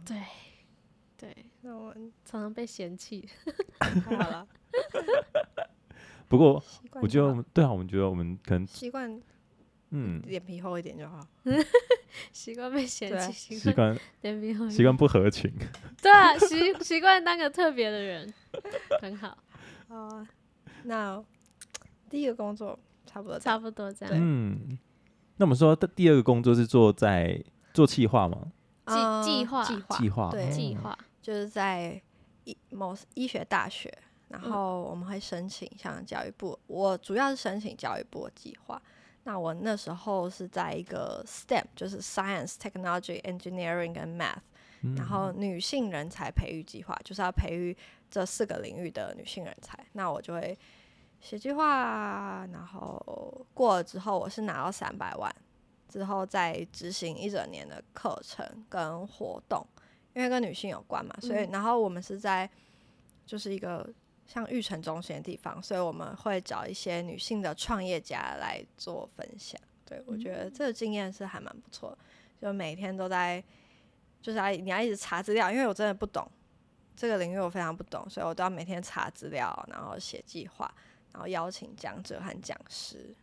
Speaker 2: 对，对，
Speaker 1: 那我们
Speaker 3: 哦
Speaker 2: 常常被嫌弃，
Speaker 1: 好了，
Speaker 3: 不过
Speaker 1: 习惯
Speaker 3: 我觉
Speaker 1: 就
Speaker 3: 得我
Speaker 1: 好
Speaker 3: 们对啊，我们觉得我们可能
Speaker 1: 习惯
Speaker 3: 嗯
Speaker 1: 脸皮厚一点就好。
Speaker 2: 习惯被嫌
Speaker 1: 对
Speaker 2: 弃，
Speaker 3: 习
Speaker 2: 习惯
Speaker 3: 惯
Speaker 2: 脸皮厚
Speaker 1: 嗯
Speaker 2: 一
Speaker 3: 习
Speaker 2: 点，
Speaker 3: 惯不合群。
Speaker 2: 对啊，习习惯当个特别的人，很好，
Speaker 1: 啊，那第一个工作差不多这
Speaker 2: 差
Speaker 1: 样，
Speaker 2: 不多这样。
Speaker 3: 嗯，那我们说的第二个工作是做在做企划嘛，
Speaker 2: 计
Speaker 1: 嗯
Speaker 2: 计划
Speaker 1: 计划
Speaker 3: 计划
Speaker 1: 对
Speaker 3: 嗯
Speaker 2: 计划，
Speaker 1: 就是在医某医学大学，然
Speaker 2: 嗯
Speaker 1: 后我们会申请像教育部，我主要是申请教育部的计划。那我那时候是在一个 STEM，就是 Science、Technology、Engineering 跟 Math，
Speaker 3: 嗯
Speaker 1: 然后女性人才培育计划，就是要培育这四个领域的女性人才。那我就会写计划，啊然后过了之后，我是拿到三百万，之后再执行一整年的课程跟活动，因为跟女性有关嘛，所以、
Speaker 2: 嗯
Speaker 1: 然后我们是在就是一个像育成中心的地方，所以我们会找一些女性的创业家来做分享。对我觉得这个经验是还蛮不错的，就每天都在，就是要你要一直查资料，因为我真的不懂这个领域，我非常不懂，所以我都要每天查资料，然后写计划，然后邀请讲者和讲师。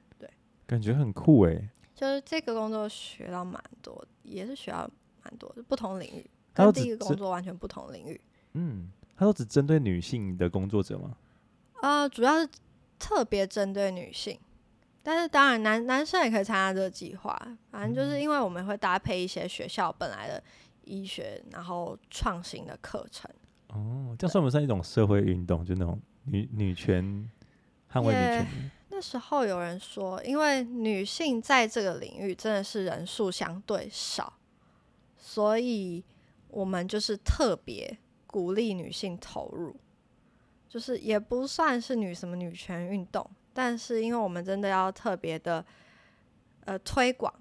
Speaker 3: 感觉很酷哎。
Speaker 1: 就是这个工作学到蛮多，也是学到蛮多，就不同领域，
Speaker 3: 他都
Speaker 1: 跟
Speaker 3: 只
Speaker 1: 第一个
Speaker 3: 只
Speaker 1: 工作完全不同领域。
Speaker 3: 嗯，他都只针对女性的工作者吗？
Speaker 1: 呃，主要是特别针对女性，但是当然男男生也可以参加这个计划。反正
Speaker 3: 嗯
Speaker 1: 就是因为我们会搭配一些学校本来的医学，然后创新的课程，
Speaker 3: 哦，这样算不算一种社会运动？就那种女女权捍卫女
Speaker 1: 也
Speaker 3: 权？
Speaker 1: 那时候有人说，因为女性在这个领域真的是人数相对少，所以我们就是特别鼓励女性投入，就是也不算是女什么女权运动，但是因为我们真的要特别的呃推广，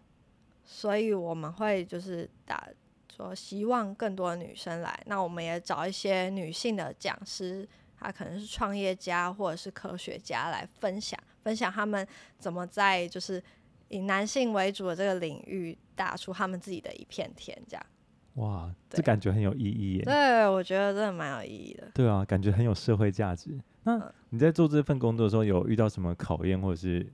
Speaker 1: 所以我们会就是打说希望更多的女生来，那我们也找一些女性的讲师他可能是创业家或者是科学家来分享，分享他们怎么在就是以男性为主的这个领域打出他们自己的一片天，这样。
Speaker 3: 哇，这
Speaker 1: 对
Speaker 3: 感觉很有意义耶。
Speaker 1: 对，啊我觉得真的蛮有意义的。
Speaker 3: 对啊，感觉很有社会价值。那
Speaker 1: 嗯
Speaker 3: 你在做这份工作的时候，有遇到什么考验或者是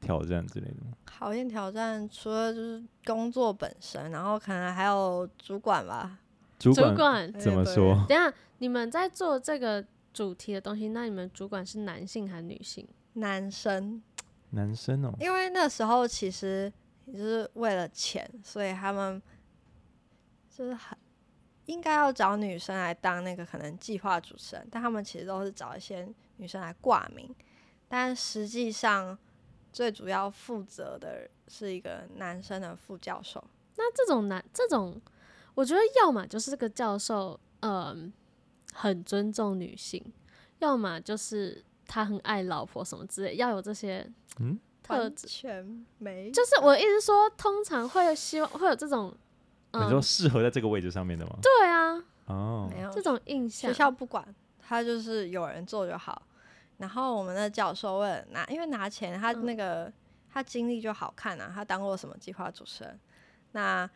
Speaker 3: 挑战之类的吗？
Speaker 1: 考验挑战除了就是工作本身，然后可能还有主管吧。
Speaker 3: 主
Speaker 2: 主
Speaker 3: 管
Speaker 2: 管，
Speaker 3: 怎么
Speaker 1: 对
Speaker 3: 说？
Speaker 2: 等一下你们在做这个主题的东西，那你们主管是男性还是女性？
Speaker 1: 男生，
Speaker 3: 男生哦，
Speaker 1: 因为那时候其实也就是为了钱，所以他们就是很应该要找女生来当那个可能计划主持人，但他们其实都是找一些女生来挂名，但实际上最主要负责的是一个男生的副教授。
Speaker 2: 那这种男这种，我觉得要么就是这个教授，嗯，很尊重女性，要么就是他很爱老婆什么之类，要有这些
Speaker 3: 嗯
Speaker 2: 特
Speaker 1: 完
Speaker 2: 质。
Speaker 1: 全没，
Speaker 2: 就是我一直说，通常会希望会有这种，
Speaker 3: 你说
Speaker 2: 嗯，
Speaker 3: 适合在这个位置上面的吗？
Speaker 2: 对啊，
Speaker 3: 哦，
Speaker 1: 没有
Speaker 2: 这种印象
Speaker 1: 嗯学。校不管，他就是有人做就好。然后我们的教授为了拿，因为拿钱，他
Speaker 2: 嗯
Speaker 1: 那个、他经历就好看啊，他当过什么计划主持人，那、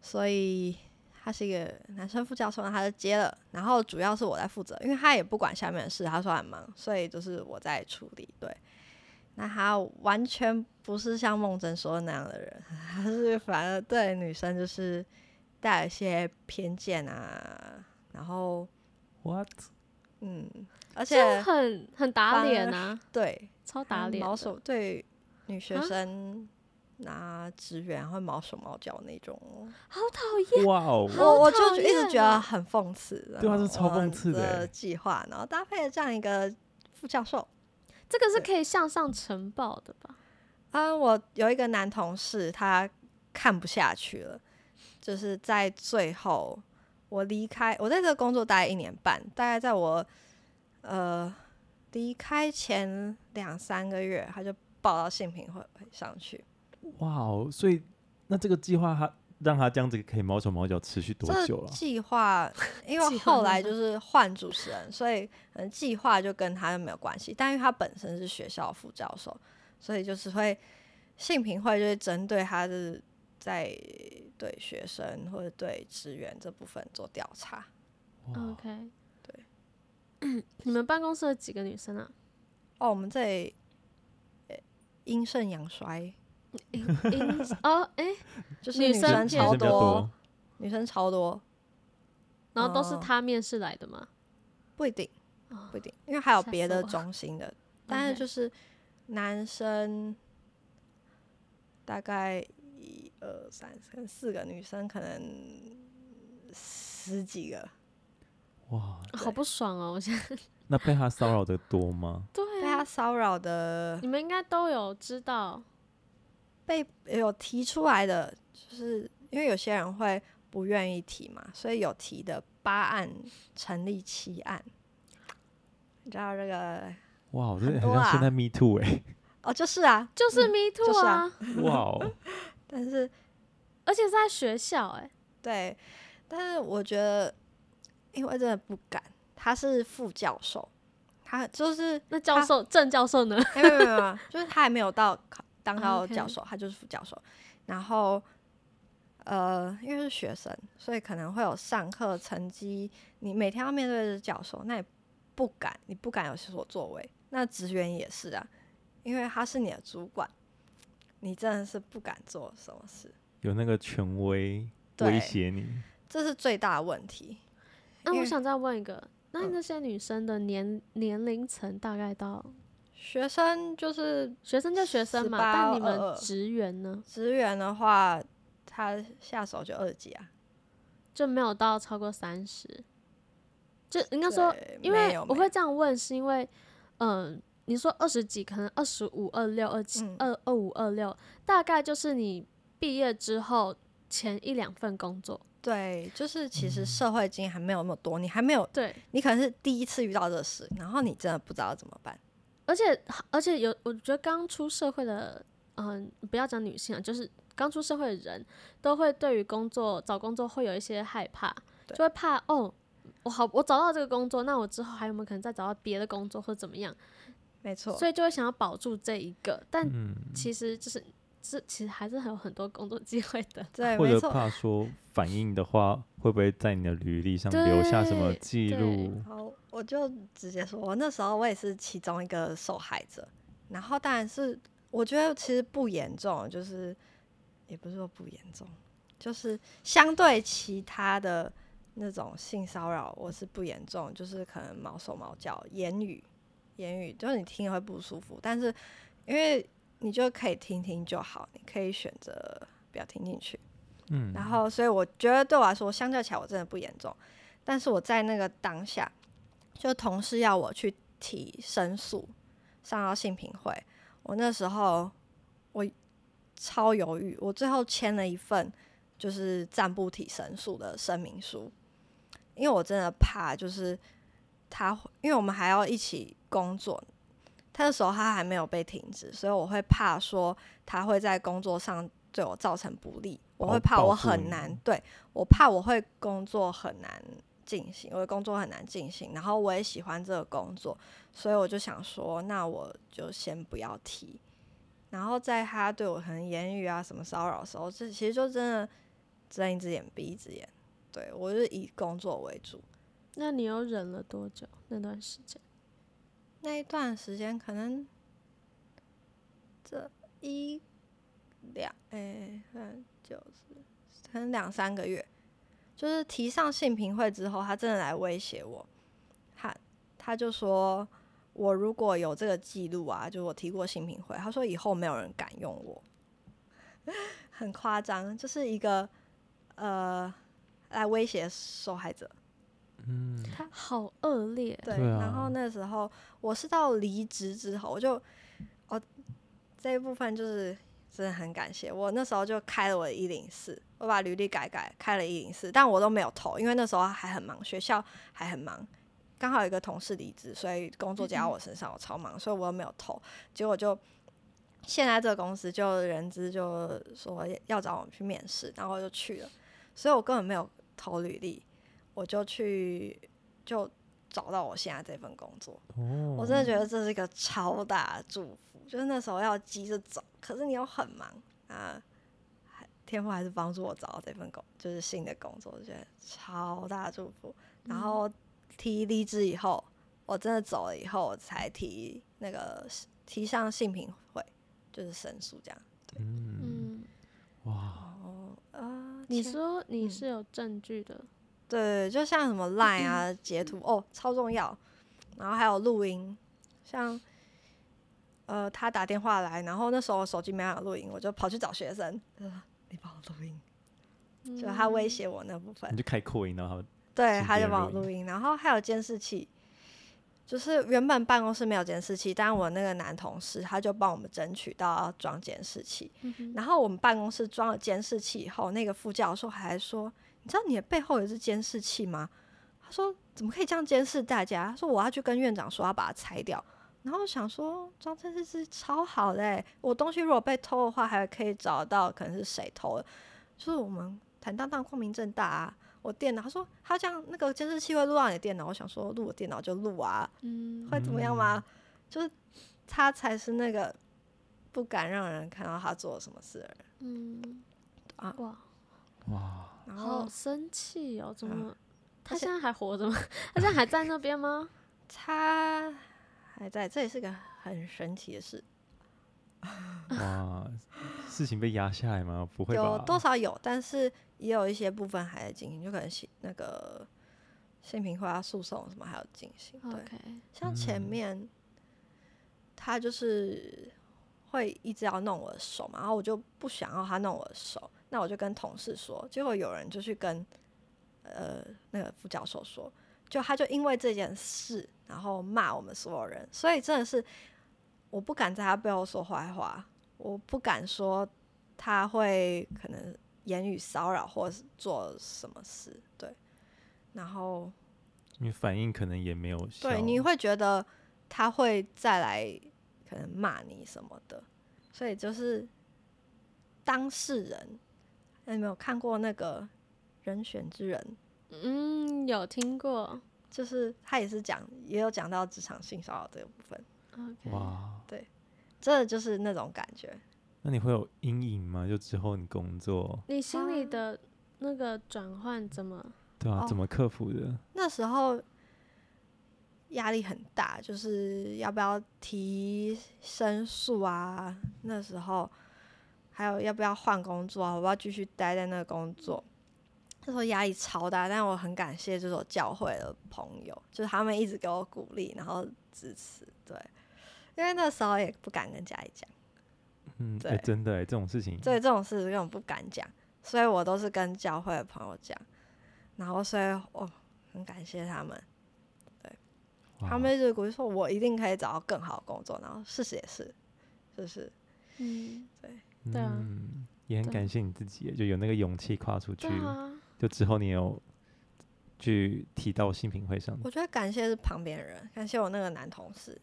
Speaker 1: 所以他是一个男生副教授，他就接了。然后主要是我在负责，因为他也不管下面的事，他说很忙，所以就是我在处理。对，那他完全不是像梦真说的那样的人， 他是反而对女生就是带有一些偏见啊，然后
Speaker 3: what？
Speaker 1: 嗯，而
Speaker 2: 就
Speaker 1: 且
Speaker 2: 很很打
Speaker 1: 反
Speaker 2: 脸
Speaker 1: 而
Speaker 2: 啊，
Speaker 1: 对
Speaker 2: 超
Speaker 1: 他
Speaker 2: 打脸
Speaker 1: 毛
Speaker 2: 的，
Speaker 1: 手对女学
Speaker 2: 啊
Speaker 1: 生拿职员会毛手毛脚那种，
Speaker 2: 好讨厌。
Speaker 3: 哇哦，
Speaker 2: 好
Speaker 1: 我我就
Speaker 2: 讨
Speaker 1: 一直觉
Speaker 2: 厌
Speaker 1: 得
Speaker 2: 哦
Speaker 1: 很讽刺。
Speaker 3: 对啊
Speaker 1: 然后
Speaker 3: 是超
Speaker 1: 我们
Speaker 3: 讽刺的
Speaker 1: 这
Speaker 3: 欸
Speaker 1: 计划，然后搭配了这样一个副教授。
Speaker 2: 这个是可以向上呈报的吧？
Speaker 1: 啊，我有一个男同事，他看不下去了，就是在最后我离开，我在这个工作大概一年半，大概在我呃离开前两三个月，他就报到性平会上去，
Speaker 3: 哇哦，所以那这个计划它让它这样子可以毛手毛脚持续多
Speaker 1: 这
Speaker 3: 久了？
Speaker 1: 计划，因为
Speaker 2: 计划
Speaker 1: 后来
Speaker 2: 那个
Speaker 1: 就是换主持人，所以可能计划就跟他没有关系。但因为他本身是学校副教授，所以就是会性评会就会针对他是在对学生或者对职员这部分做调查。
Speaker 3: 哇
Speaker 2: OK，
Speaker 1: 对。
Speaker 2: 你们办公室有几个女生啊？
Speaker 1: 哦，我们这里呃阴盛阳衰，
Speaker 2: 诶诶哦，哎，
Speaker 1: 就是
Speaker 2: 女生
Speaker 1: 生
Speaker 2: 比
Speaker 1: 超
Speaker 3: 女生比较多，
Speaker 1: 女生超多，
Speaker 2: 然后都是
Speaker 1: 哦
Speaker 2: 他面试来的吗？
Speaker 1: 不一定
Speaker 2: 哦
Speaker 1: 不一定，因为还有
Speaker 2: 吓
Speaker 1: 别
Speaker 2: 死
Speaker 1: 的
Speaker 2: 我
Speaker 1: 中心 的但是
Speaker 2: OK
Speaker 1: 就是男生大概一二三三四个，女生可能十几个。
Speaker 3: 哇，
Speaker 2: 好不爽哦！我现在？
Speaker 3: 那被他骚扰的多吗
Speaker 2: 对
Speaker 1: 被
Speaker 2: 啊
Speaker 1: 他，骚扰的
Speaker 2: 你们应该都有知道
Speaker 1: 被有提出来的，就是因为有些人会不愿意提嘛，所以有提的八案成立七案。你知道这个
Speaker 3: 哇，我真的
Speaker 1: 很
Speaker 3: 很
Speaker 1: 多
Speaker 3: 像现
Speaker 1: 啊
Speaker 3: 在 Me Too 哎、
Speaker 1: 哦，就是啊，
Speaker 2: 就是 Me
Speaker 1: 就
Speaker 2: Too
Speaker 1: 是
Speaker 2: 啊
Speaker 1: 啊，
Speaker 3: 哇哦，
Speaker 1: 但是
Speaker 2: 而且是在学校哎、
Speaker 1: 对，但是我觉得，因为真的不敢，他是副教授，他就是
Speaker 2: 那教
Speaker 1: 他
Speaker 2: 授郑教授呢？
Speaker 1: 哎没有没有没有，就是他还没有到考当到
Speaker 2: OK
Speaker 1: 教授，他就是副教授。然后，呃，因为是学生，所以可能会有上课成绩，你每天要面对的是教授，那也不敢，你不敢有所作为。那职员也是啊，因为他是你的主管，你真的是不敢做什么事，
Speaker 3: 有那个权威威
Speaker 1: 对
Speaker 3: 胁你，
Speaker 1: 这是最大的问题。
Speaker 2: 那
Speaker 1: 因
Speaker 2: 我
Speaker 1: 为
Speaker 2: 想再问一个，那
Speaker 1: 嗯
Speaker 2: 那些女生的年年龄层大概到
Speaker 1: 学生就是
Speaker 2: 学生就学生嘛，
Speaker 1: 18
Speaker 2: 但你们
Speaker 1: 22
Speaker 2: 职员呢
Speaker 1: 职员的话，他下手就二级啊。
Speaker 2: 就没有到超过三十，就应该说，
Speaker 1: 对
Speaker 2: 因
Speaker 1: 没
Speaker 2: 为
Speaker 1: 有
Speaker 2: 我
Speaker 1: 没有
Speaker 2: 会这样问是因为，嗯、你说二十几，可能二十五、二六、二
Speaker 1: 嗯
Speaker 2: 七、二二五、二六，大概就是你毕业之后前一两份工作，
Speaker 1: 对，就是其实社会经验还没有那么多，你还没有，
Speaker 2: 对，
Speaker 1: 你可能是第一次遇到这事，然后你真的不知道怎么办。
Speaker 2: 而且而且有，我觉得刚出社会的，嗯、不要讲女性啊，就是刚出社会的人都会对于工作找工作会有一些害怕，
Speaker 1: 对
Speaker 2: 就会怕哦，我好，我找到这个工作，那我之后还有没有可能再找到别的工作或怎么样？
Speaker 1: 没错
Speaker 2: 所，以就会想要保住这一个，但
Speaker 3: 嗯，
Speaker 2: 其实就是这其实还是还有很多工作机会的。
Speaker 1: 对，
Speaker 3: 或
Speaker 1: 没
Speaker 3: 者
Speaker 1: 错。
Speaker 3: 怕说反应的话，会不会在你的履历上留下什么
Speaker 2: 对
Speaker 3: 记
Speaker 2: 对
Speaker 3: 录？
Speaker 1: 好，我就直接说，我那时候我也是其中一个受害者。然后当然是，我觉得其实不严重，就是也不是说不严重，就是相对其他的那种性骚扰，我是不严重，就是可能毛手毛脚、言语、言语，就是你听了会不舒服，但是因为你就可以听听就好，你可以选择不要听进去。
Speaker 3: 嗯，
Speaker 1: 然后，所以我觉得对我来说，相较起来我真的不严重。但是我在那个当下，就同事要我去提申诉，上到性评会，我那时候我超犹豫，我最后签了一份就是暂不提申诉的声明书，因为我真的怕就是他会，因为我们还要一起工作。他那时候他还没有被停职，所以我会怕说他会在工作上对我造成不利，我
Speaker 3: 报
Speaker 1: 会怕我
Speaker 3: 哦报复
Speaker 1: 很
Speaker 3: 你
Speaker 1: 难，对我怕我会工作很难进行，我的工作很难进行，然后我也喜欢这个工作，所以我就想说，那我就先不要提。然后在他对我可能言语啊什么骚扰的时候，这其实就真的睁一只眼闭一只眼。对我就是以工作为主，
Speaker 2: 那你又忍了多久？那段时间
Speaker 1: 那一段时间可能这一两哎，嗯，就是可能两三个月，就是提上性平会之后，他真的来威胁我，他他就说我如果有这个记录啊，就是我提过性平会，他说以后没有人敢用我， 很夸张，就是一个呃来威胁受害者。
Speaker 3: 嗯，
Speaker 2: 好恶劣，
Speaker 1: 对，
Speaker 3: 对
Speaker 1: 然
Speaker 3: 啊
Speaker 1: 后那时候我是到离职之后，我就哦这一部分就是真的很感谢我那时候就开了我的一零四，我把履历改改开了一零四，但我都没有投，因为那时候还很忙，学校还很忙，刚好有一个同事离职，所以工作加到我身上，我超忙，所以我又没有投，结果就现在这个公司就人资就说要找我们去面试，然后我就去了，所以我根本没有投履历，我就去就找到我现在这份工作，
Speaker 3: 哦
Speaker 1: 我真的觉得这是一个超大的祝福，就是那时候要急着找，可是你又很忙啊，还天赋还是帮助我找到这份工，就是新的工作，我觉得超大的祝福。
Speaker 2: 嗯
Speaker 1: 然后提离职以后，我真的走了以后，我才提那个提上性平会，就是申诉这样。
Speaker 3: 嗯，
Speaker 2: 嗯，
Speaker 3: 哇，
Speaker 1: 哦，呃，
Speaker 2: 你
Speaker 1: 前
Speaker 2: 说你
Speaker 1: 嗯
Speaker 2: 是有证据的，
Speaker 1: 对，就像什么 Line 啊、截图哦，超重要。然后还有录音，像呃，他打电话来，然后那时候我手机没办法录音，我就跑去找学生，呃、你帮我录音，就他威
Speaker 2: 嗯
Speaker 1: 胁我那部分
Speaker 3: 你，就开扩音，然后
Speaker 1: 对，
Speaker 3: 请
Speaker 1: 他
Speaker 3: 别
Speaker 1: 就
Speaker 3: 人
Speaker 1: 帮我
Speaker 3: 录
Speaker 1: 录音。然后还有监视器，就是原本办公室没有监视器，但我那个男同事他就帮我们争取到要装监视器。
Speaker 2: 嗯哼
Speaker 1: 然后我们办公室装了监视器以后，那个副教授还说：“你知道你的背后有一只监视器吗？”他说：“怎么可以这样监视大家？”他说：“我要去跟院长说要把它拆掉。”然后我想说，装监视器超好的、欸，我东西如果被偷的话，还可以找到可能是谁偷的，就是我们坦荡荡、光明正大啊。我电脑，他说他这样那个监视器会录到你的电脑，我想说录我电脑就录啊，
Speaker 2: 嗯
Speaker 1: 会怎么样吗？就是他才是那个不敢让人看到他做了什么事的人。
Speaker 2: 嗯
Speaker 1: 啊
Speaker 2: 哇，
Speaker 3: 哇，
Speaker 1: 然后
Speaker 2: 好生气哦，怎
Speaker 1: 啊
Speaker 2: 么？他
Speaker 1: 而且
Speaker 2: 现在还活着吗？ 他现在还在那边 吗？
Speaker 1: 他还在，这也是个很神奇的事，
Speaker 3: 哇，事情被压下来吗？不会吧？
Speaker 1: 有多少有，但是也有一些部分还在进行，就可能是那个性平会啊、诉讼什么还有进行。
Speaker 3: 哦
Speaker 1: 对
Speaker 2: OK，
Speaker 1: 像前
Speaker 3: 嗯
Speaker 1: 面、他就是会一直要弄我的手嘛，然后我就不想要他弄我的手，那我就跟同事说，结果有人就去跟呃那个副教授说，就他就因为这件事，然后骂我们所有人，所以真的是我不敢在他背后说坏话，我不敢说他会可能言语骚扰或是做什么事，对，然后。
Speaker 3: 你反应可能也没有效。
Speaker 1: 对，你会觉得他会再来可能骂你什么的，所以就是当事人。那你没有看过那个《人选之人》？
Speaker 2: 嗯，有听过。
Speaker 1: 就是他也是讲，也有讲到职场性骚扰这个部分，
Speaker 2: OK，
Speaker 3: 哇，
Speaker 1: 真的就是那种感觉。
Speaker 3: 那你会有阴影吗？就之后你工作，
Speaker 2: 你心里
Speaker 1: 啊
Speaker 2: 的那个转换怎么？
Speaker 3: 对啊，
Speaker 1: 哦
Speaker 3: 怎么克服的？
Speaker 1: 那时候压力很大，就是要不要提申诉啊？那时候还有要不要换工作啊？我要继续待在那个工作。那时候压力超大，但我很感谢这所教会的朋友，就是他们一直给我鼓励，然后支持。对，因为那时候也不敢跟家里讲，
Speaker 3: 嗯，哎、
Speaker 1: 对
Speaker 3: 真的哎、这种事情，
Speaker 1: 对这种事根本不敢讲，所以我都是跟教会的朋友讲。然后，所以我很感谢他们。
Speaker 3: 哇啊
Speaker 1: 他们一直鼓励说，我一定可以找到更好的工作，然后事实也是，就是
Speaker 2: 嗯，对啊
Speaker 3: 嗯也很
Speaker 2: 对啊
Speaker 3: 感谢你自己，就有那个勇气跨出去
Speaker 2: 对。啊，
Speaker 3: 就之后你有去提到新品会上，
Speaker 1: 我觉得感谢是旁边人，感谢我那个男同事。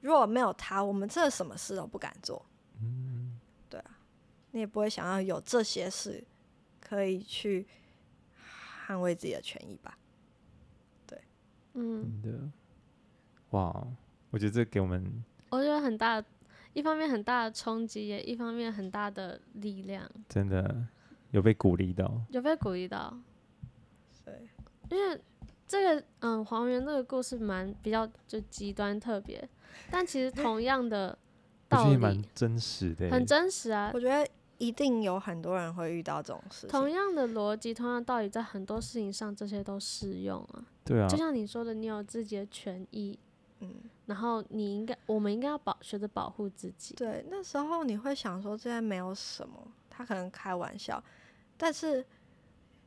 Speaker 1: 如果没有他，我们真的什么事都不敢做，
Speaker 3: 嗯，
Speaker 1: 你也不会想要有这些事可以去捍卫自己的权益吧？
Speaker 2: 嗯，
Speaker 3: 真的，哇，我觉得这给我们
Speaker 2: 我觉得很大的，一方面很大的冲击，也一方面很大的力量，
Speaker 3: 真的有被鼓励到，
Speaker 2: 有被鼓励到。
Speaker 1: 对，
Speaker 2: 因为这个，嗯，黄猿这个故事蛮比较就极端特别，但其实同样的
Speaker 3: 我
Speaker 2: 道
Speaker 3: 觉得也蛮
Speaker 2: 理
Speaker 3: 真实的、
Speaker 2: 很，真实啊
Speaker 1: 我。觉得一定有很多人会遇到这种事
Speaker 2: 同
Speaker 1: 情。
Speaker 2: 样的逻辑，同样的道理，在很多事情上，这些都适用啊。
Speaker 3: 对啊
Speaker 2: 就，像你说的，你有自己的权益，
Speaker 1: 嗯，
Speaker 2: 然后你应该，我们应该要保学着保护自己。
Speaker 1: 对，那时候你会想说这些没有什么，他可能开玩笑，但是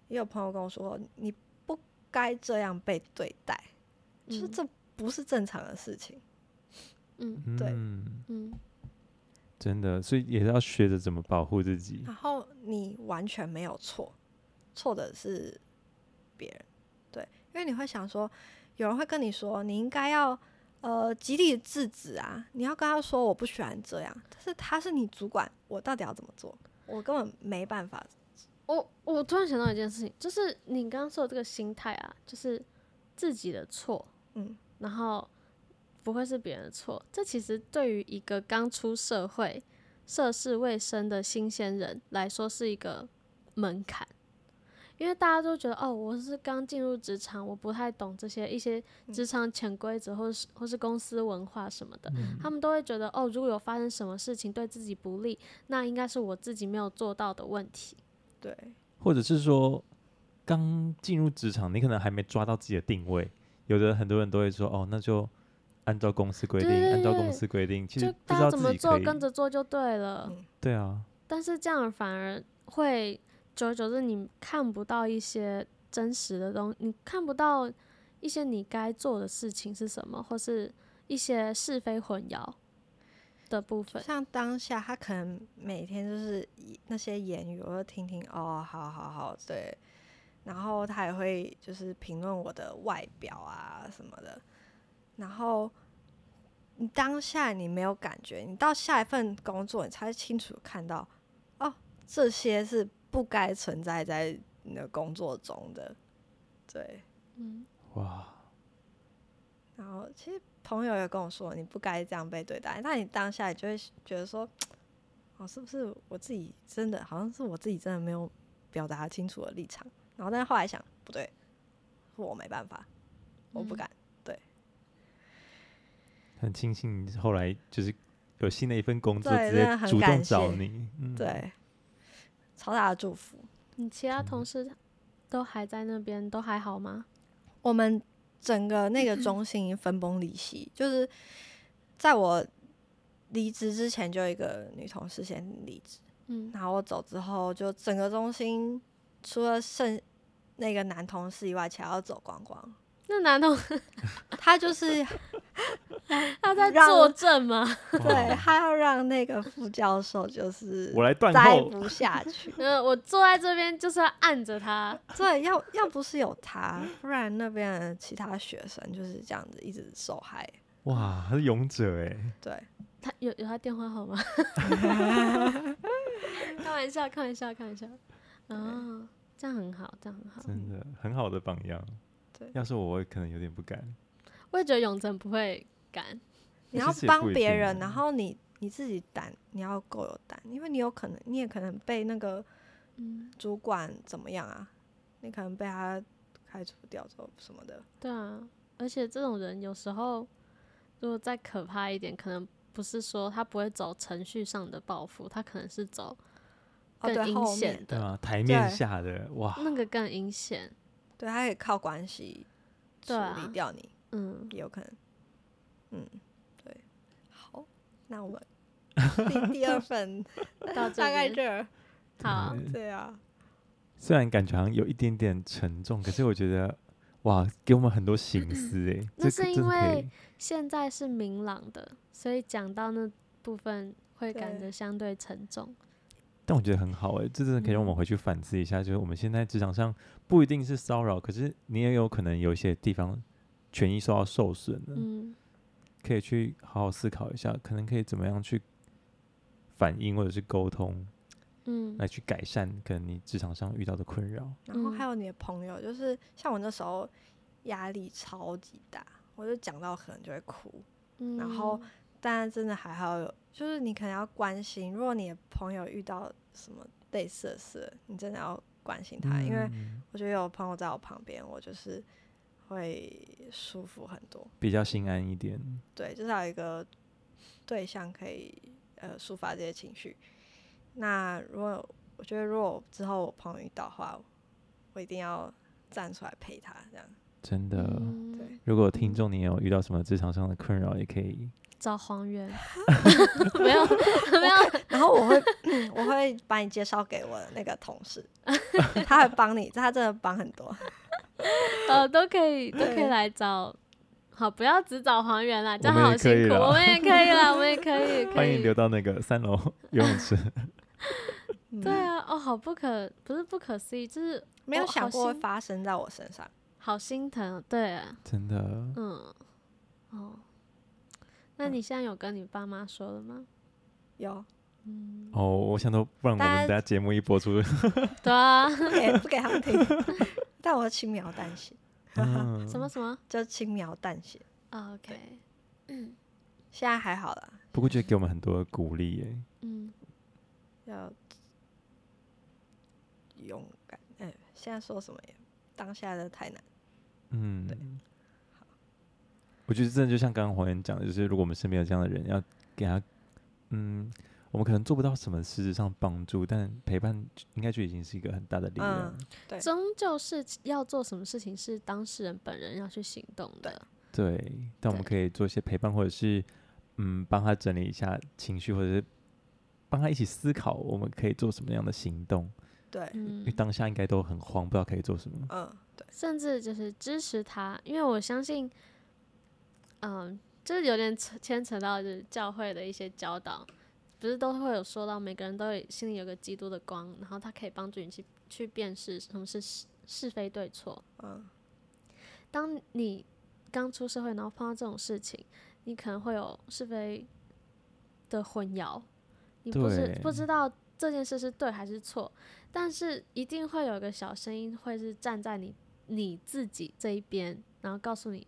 Speaker 1: 也有朋友跟我说，你不该这样被对待。就是
Speaker 2: 嗯
Speaker 1: 这不是正常的事情。
Speaker 2: 嗯
Speaker 1: 对
Speaker 3: 嗯，
Speaker 2: 嗯
Speaker 3: 真的，所以也是要学着怎么保护自己。
Speaker 1: 然后你完全没有错，错的是别人，对，因为你会想说，有人会跟你说，你应该要呃极力制止啊，你要跟他说我不喜欢这样，但是他是你主管，我到底要怎么做？我根本没办法。
Speaker 2: 我我突然想到一件事情，就是你刚刚说的这个心态啊，就是自己的错，
Speaker 1: 嗯，
Speaker 2: 然后不会是别人的错。这其实对于一个刚出社会、涉世未深的新鲜人来说是一个门槛，因为大家都觉得哦，我是刚进入职场，我不太懂这些一些职场潜规则，或是或是公司文化什
Speaker 3: 嗯
Speaker 2: 么的，他们都会觉得哦，如果有发生什么事情对自己不利，那应该是我自己没有做到的问题。
Speaker 1: 对，
Speaker 3: 或者是说刚进入职场，你可能还没抓到自己的定位。有的很多人都会说，哦，那就按照公司规定，
Speaker 2: 对对
Speaker 3: 按照
Speaker 2: 对
Speaker 3: 公司规定，其
Speaker 2: 就
Speaker 3: 实不
Speaker 2: 大
Speaker 3: 知
Speaker 2: 家
Speaker 3: 道
Speaker 2: 怎
Speaker 3: 自
Speaker 2: 么
Speaker 3: 己
Speaker 2: 做
Speaker 3: 可以。
Speaker 2: 跟着做就对了。
Speaker 1: 嗯
Speaker 3: 对啊，
Speaker 2: 但是这样反而会久而久之你看不到一些真实的东你看不到一些你该做的事情是什么，或是一些是非混淆的部分。
Speaker 1: 像当下他可能每天就是以那些言语，我就听听哦，好好好，对。然后他也会就是评论我的外表啊什么的。然后你当下你没有感觉，你到下一份工作你才清楚看到，哦，这些是不该存在在你的工作中的，对。
Speaker 2: 嗯，
Speaker 3: 哇，
Speaker 1: 然后其实朋友也跟我说，你不该这样被对待。那你当下你就会觉得说，哦，是不是我自己真的好像是我自己真的没有表达清楚的立场？然后但是后来想，不对，是我没办法，我不
Speaker 2: 嗯
Speaker 1: 敢。
Speaker 3: 很庆幸你后来就是有新的一份工作，
Speaker 1: 对真
Speaker 3: 直
Speaker 1: 的
Speaker 3: 接
Speaker 1: 很
Speaker 3: 主
Speaker 1: 感
Speaker 3: 动找
Speaker 1: 谢
Speaker 3: 你。嗯，
Speaker 1: 对，超大的祝福。
Speaker 2: 你其
Speaker 3: 嗯
Speaker 2: 他同事都还在那边，都还好吗？
Speaker 1: 我们整个那个中心已经分崩离析，就是在我离职之前，就有一个女同事先离职。
Speaker 2: 嗯
Speaker 1: 然后我走之后，就整个中心除了剩那个男同事以外，其他都走光光。
Speaker 2: 那男同
Speaker 1: 他就是
Speaker 2: 他在
Speaker 1: 让
Speaker 2: 作证吗？。
Speaker 1: 对
Speaker 3: 哇，
Speaker 1: 他要让那个副教授就是
Speaker 3: 我来断
Speaker 1: 栽
Speaker 3: 后。
Speaker 1: 不下去
Speaker 2: 呃，我坐在这边就是要按着他。
Speaker 1: 对，要要不是有他，不然那边的其他学生就是这样子一直受害。
Speaker 3: 哇，他是勇者哎，
Speaker 1: 对，
Speaker 2: 他有有他电话号 码？开玩笑，开玩笑，开玩笑。哦，这样很好，这样很好。
Speaker 3: 真的很好的榜样。
Speaker 1: 对
Speaker 3: 要是我，我可能有点不敢。
Speaker 2: 我也觉得永成不会敢，
Speaker 1: 你
Speaker 3: 其
Speaker 1: 要
Speaker 3: 实也不
Speaker 1: 帮
Speaker 3: 一
Speaker 1: 别
Speaker 3: 定
Speaker 1: 人，
Speaker 3: 啊
Speaker 1: 然后你你自己胆，你要够有胆，因为你有可能，你也可能被那个
Speaker 2: 嗯，
Speaker 1: 主管怎么样啊？你可能被他开除掉之后什么的。
Speaker 2: 对啊。而且这种人有时候，如果再可怕一点，可能不是说他不会走程序上的报复，他可能是走
Speaker 1: 哦，
Speaker 2: 更
Speaker 1: 对，
Speaker 2: 阴
Speaker 1: 后面
Speaker 2: 险
Speaker 3: 对
Speaker 2: 的，
Speaker 3: 啊，台面
Speaker 1: 对
Speaker 3: 下的哇，
Speaker 2: 那个更阴险。
Speaker 1: 对，他可以靠关系处
Speaker 2: 对啊
Speaker 1: 理掉你，
Speaker 2: 嗯，
Speaker 1: 也有可能。嗯，对。好，那 我们第第二份
Speaker 2: 到这
Speaker 1: 大概
Speaker 2: 边
Speaker 1: 这儿。
Speaker 2: 好，
Speaker 3: 对
Speaker 1: 对啊，
Speaker 3: 虽然感觉好像有一点点沉重，可是我觉得哇，给我们很多醒思哎。
Speaker 2: 嗯那
Speaker 3: 这
Speaker 2: 是
Speaker 3: 个
Speaker 2: 因
Speaker 3: 真的可以
Speaker 2: 为现在是明朗的，所以讲到那部分会感
Speaker 1: 对
Speaker 2: 觉相对沉重。
Speaker 3: 但我觉得很好哎、这真的可以让
Speaker 2: 嗯
Speaker 3: 我们回去反思一下，就是我们现在职场上不一定是骚扰，可是你也有可能有一些地方权益受到受损了，
Speaker 2: 嗯，
Speaker 3: 可以去好好思考一下，可能可以怎么样去反应或者是沟通，
Speaker 2: 嗯
Speaker 3: 来去改善可能你职场上遇到的困扰。
Speaker 1: 然后
Speaker 2: 嗯
Speaker 1: 还有你的朋友，就是像我那时候压力超级大，我就讲到可能就会哭。
Speaker 2: 嗯
Speaker 1: 然后但真的还好有，就是你可能要关心，如果你的朋友遇到什么类似的事，你真的要关心
Speaker 2: 啊
Speaker 1: 他，因为
Speaker 3: 嗯
Speaker 1: 我觉得有朋友在我旁边，我就是会舒服很多。
Speaker 3: 比较心安一点。
Speaker 1: 对，至少有一个对象可以呃抒发这些情绪。那如果我觉得，如果之后我朋友遇到的话，我一定要站出来陪他，这样
Speaker 3: 真的，
Speaker 2: 嗯
Speaker 1: 对
Speaker 3: 如果听众你有遇到什么职场上的困扰，也可以
Speaker 2: 找 黄源，没有没有，
Speaker 1: 然后我会，我会把你介绍给我的那个同事，他会帮你，他真的帮很多。
Speaker 2: 呃，都可以都可以
Speaker 1: 对
Speaker 2: 来找。好，不要只找黄源啦，这样
Speaker 3: 们也
Speaker 2: 好
Speaker 3: 可以
Speaker 2: 辛苦。
Speaker 3: 啦
Speaker 2: 我们也可以啦，我们也可 以，可
Speaker 3: 欢迎
Speaker 2: 以
Speaker 3: 留。到那个三楼游泳池。
Speaker 1: 嗯
Speaker 2: 对，啊，哦，好不可，不是不可思议，就是
Speaker 1: 没有
Speaker 2: 啊哦好
Speaker 1: 想过会
Speaker 2: 新
Speaker 1: 发生在我身上。
Speaker 2: 好心疼，对，啊
Speaker 3: 真的。
Speaker 2: 嗯，哦，那你现在有跟你爸妈说了吗？
Speaker 1: 有，
Speaker 2: 嗯，
Speaker 3: 哦，我想到，不然我
Speaker 1: 大
Speaker 3: 们
Speaker 1: 家
Speaker 3: 等下节目一播出，
Speaker 2: 对啊，
Speaker 1: 不给不给他们听， 但我轻描淡写，
Speaker 3: 嗯
Speaker 2: 什么什么、
Speaker 1: 就轻描淡写。
Speaker 2: 啊 o k
Speaker 1: 现在还好啦，
Speaker 3: 不过觉得给我们很多的鼓励耶。
Speaker 2: 嗯，
Speaker 1: 要勇敢。哎、现在说什么呀？当下的太难。
Speaker 3: 嗯，我觉得真的就像刚刚黄岩讲的，就是如果我们身边有这样的人，要给他，嗯，我们可能做不到什么实质上帮助，但陪伴就应该就已经是一个很大的力量。
Speaker 1: 嗯对
Speaker 2: 终究是要做什么事情是当事人本人要去行动的，
Speaker 3: 对，但我们
Speaker 2: 对
Speaker 3: 可以做一些陪伴，或者是嗯，帮他整理一下情绪，或者是帮他一起思考我们可以做什么样的行动。
Speaker 1: 对，
Speaker 2: 嗯
Speaker 3: 因为，当下应该都很慌，不知道可以做什么。
Speaker 1: 嗯，对，
Speaker 2: 甚至就是支持他，因为我相信，嗯，就是有点扯牵扯到就是教会的一些教导，不是都会有说到每个人都有心里有个基督的光，然后他可以帮助你去去辨识什么是是是非对错。
Speaker 1: 嗯，
Speaker 2: 当你刚出社会，然后碰到这种事情，你可能会有是非的混淆，你不是
Speaker 3: 对
Speaker 2: 不知道这件事是对还是错，但是一定会有一个小声音会是站在你你自己这一边，然后告诉你，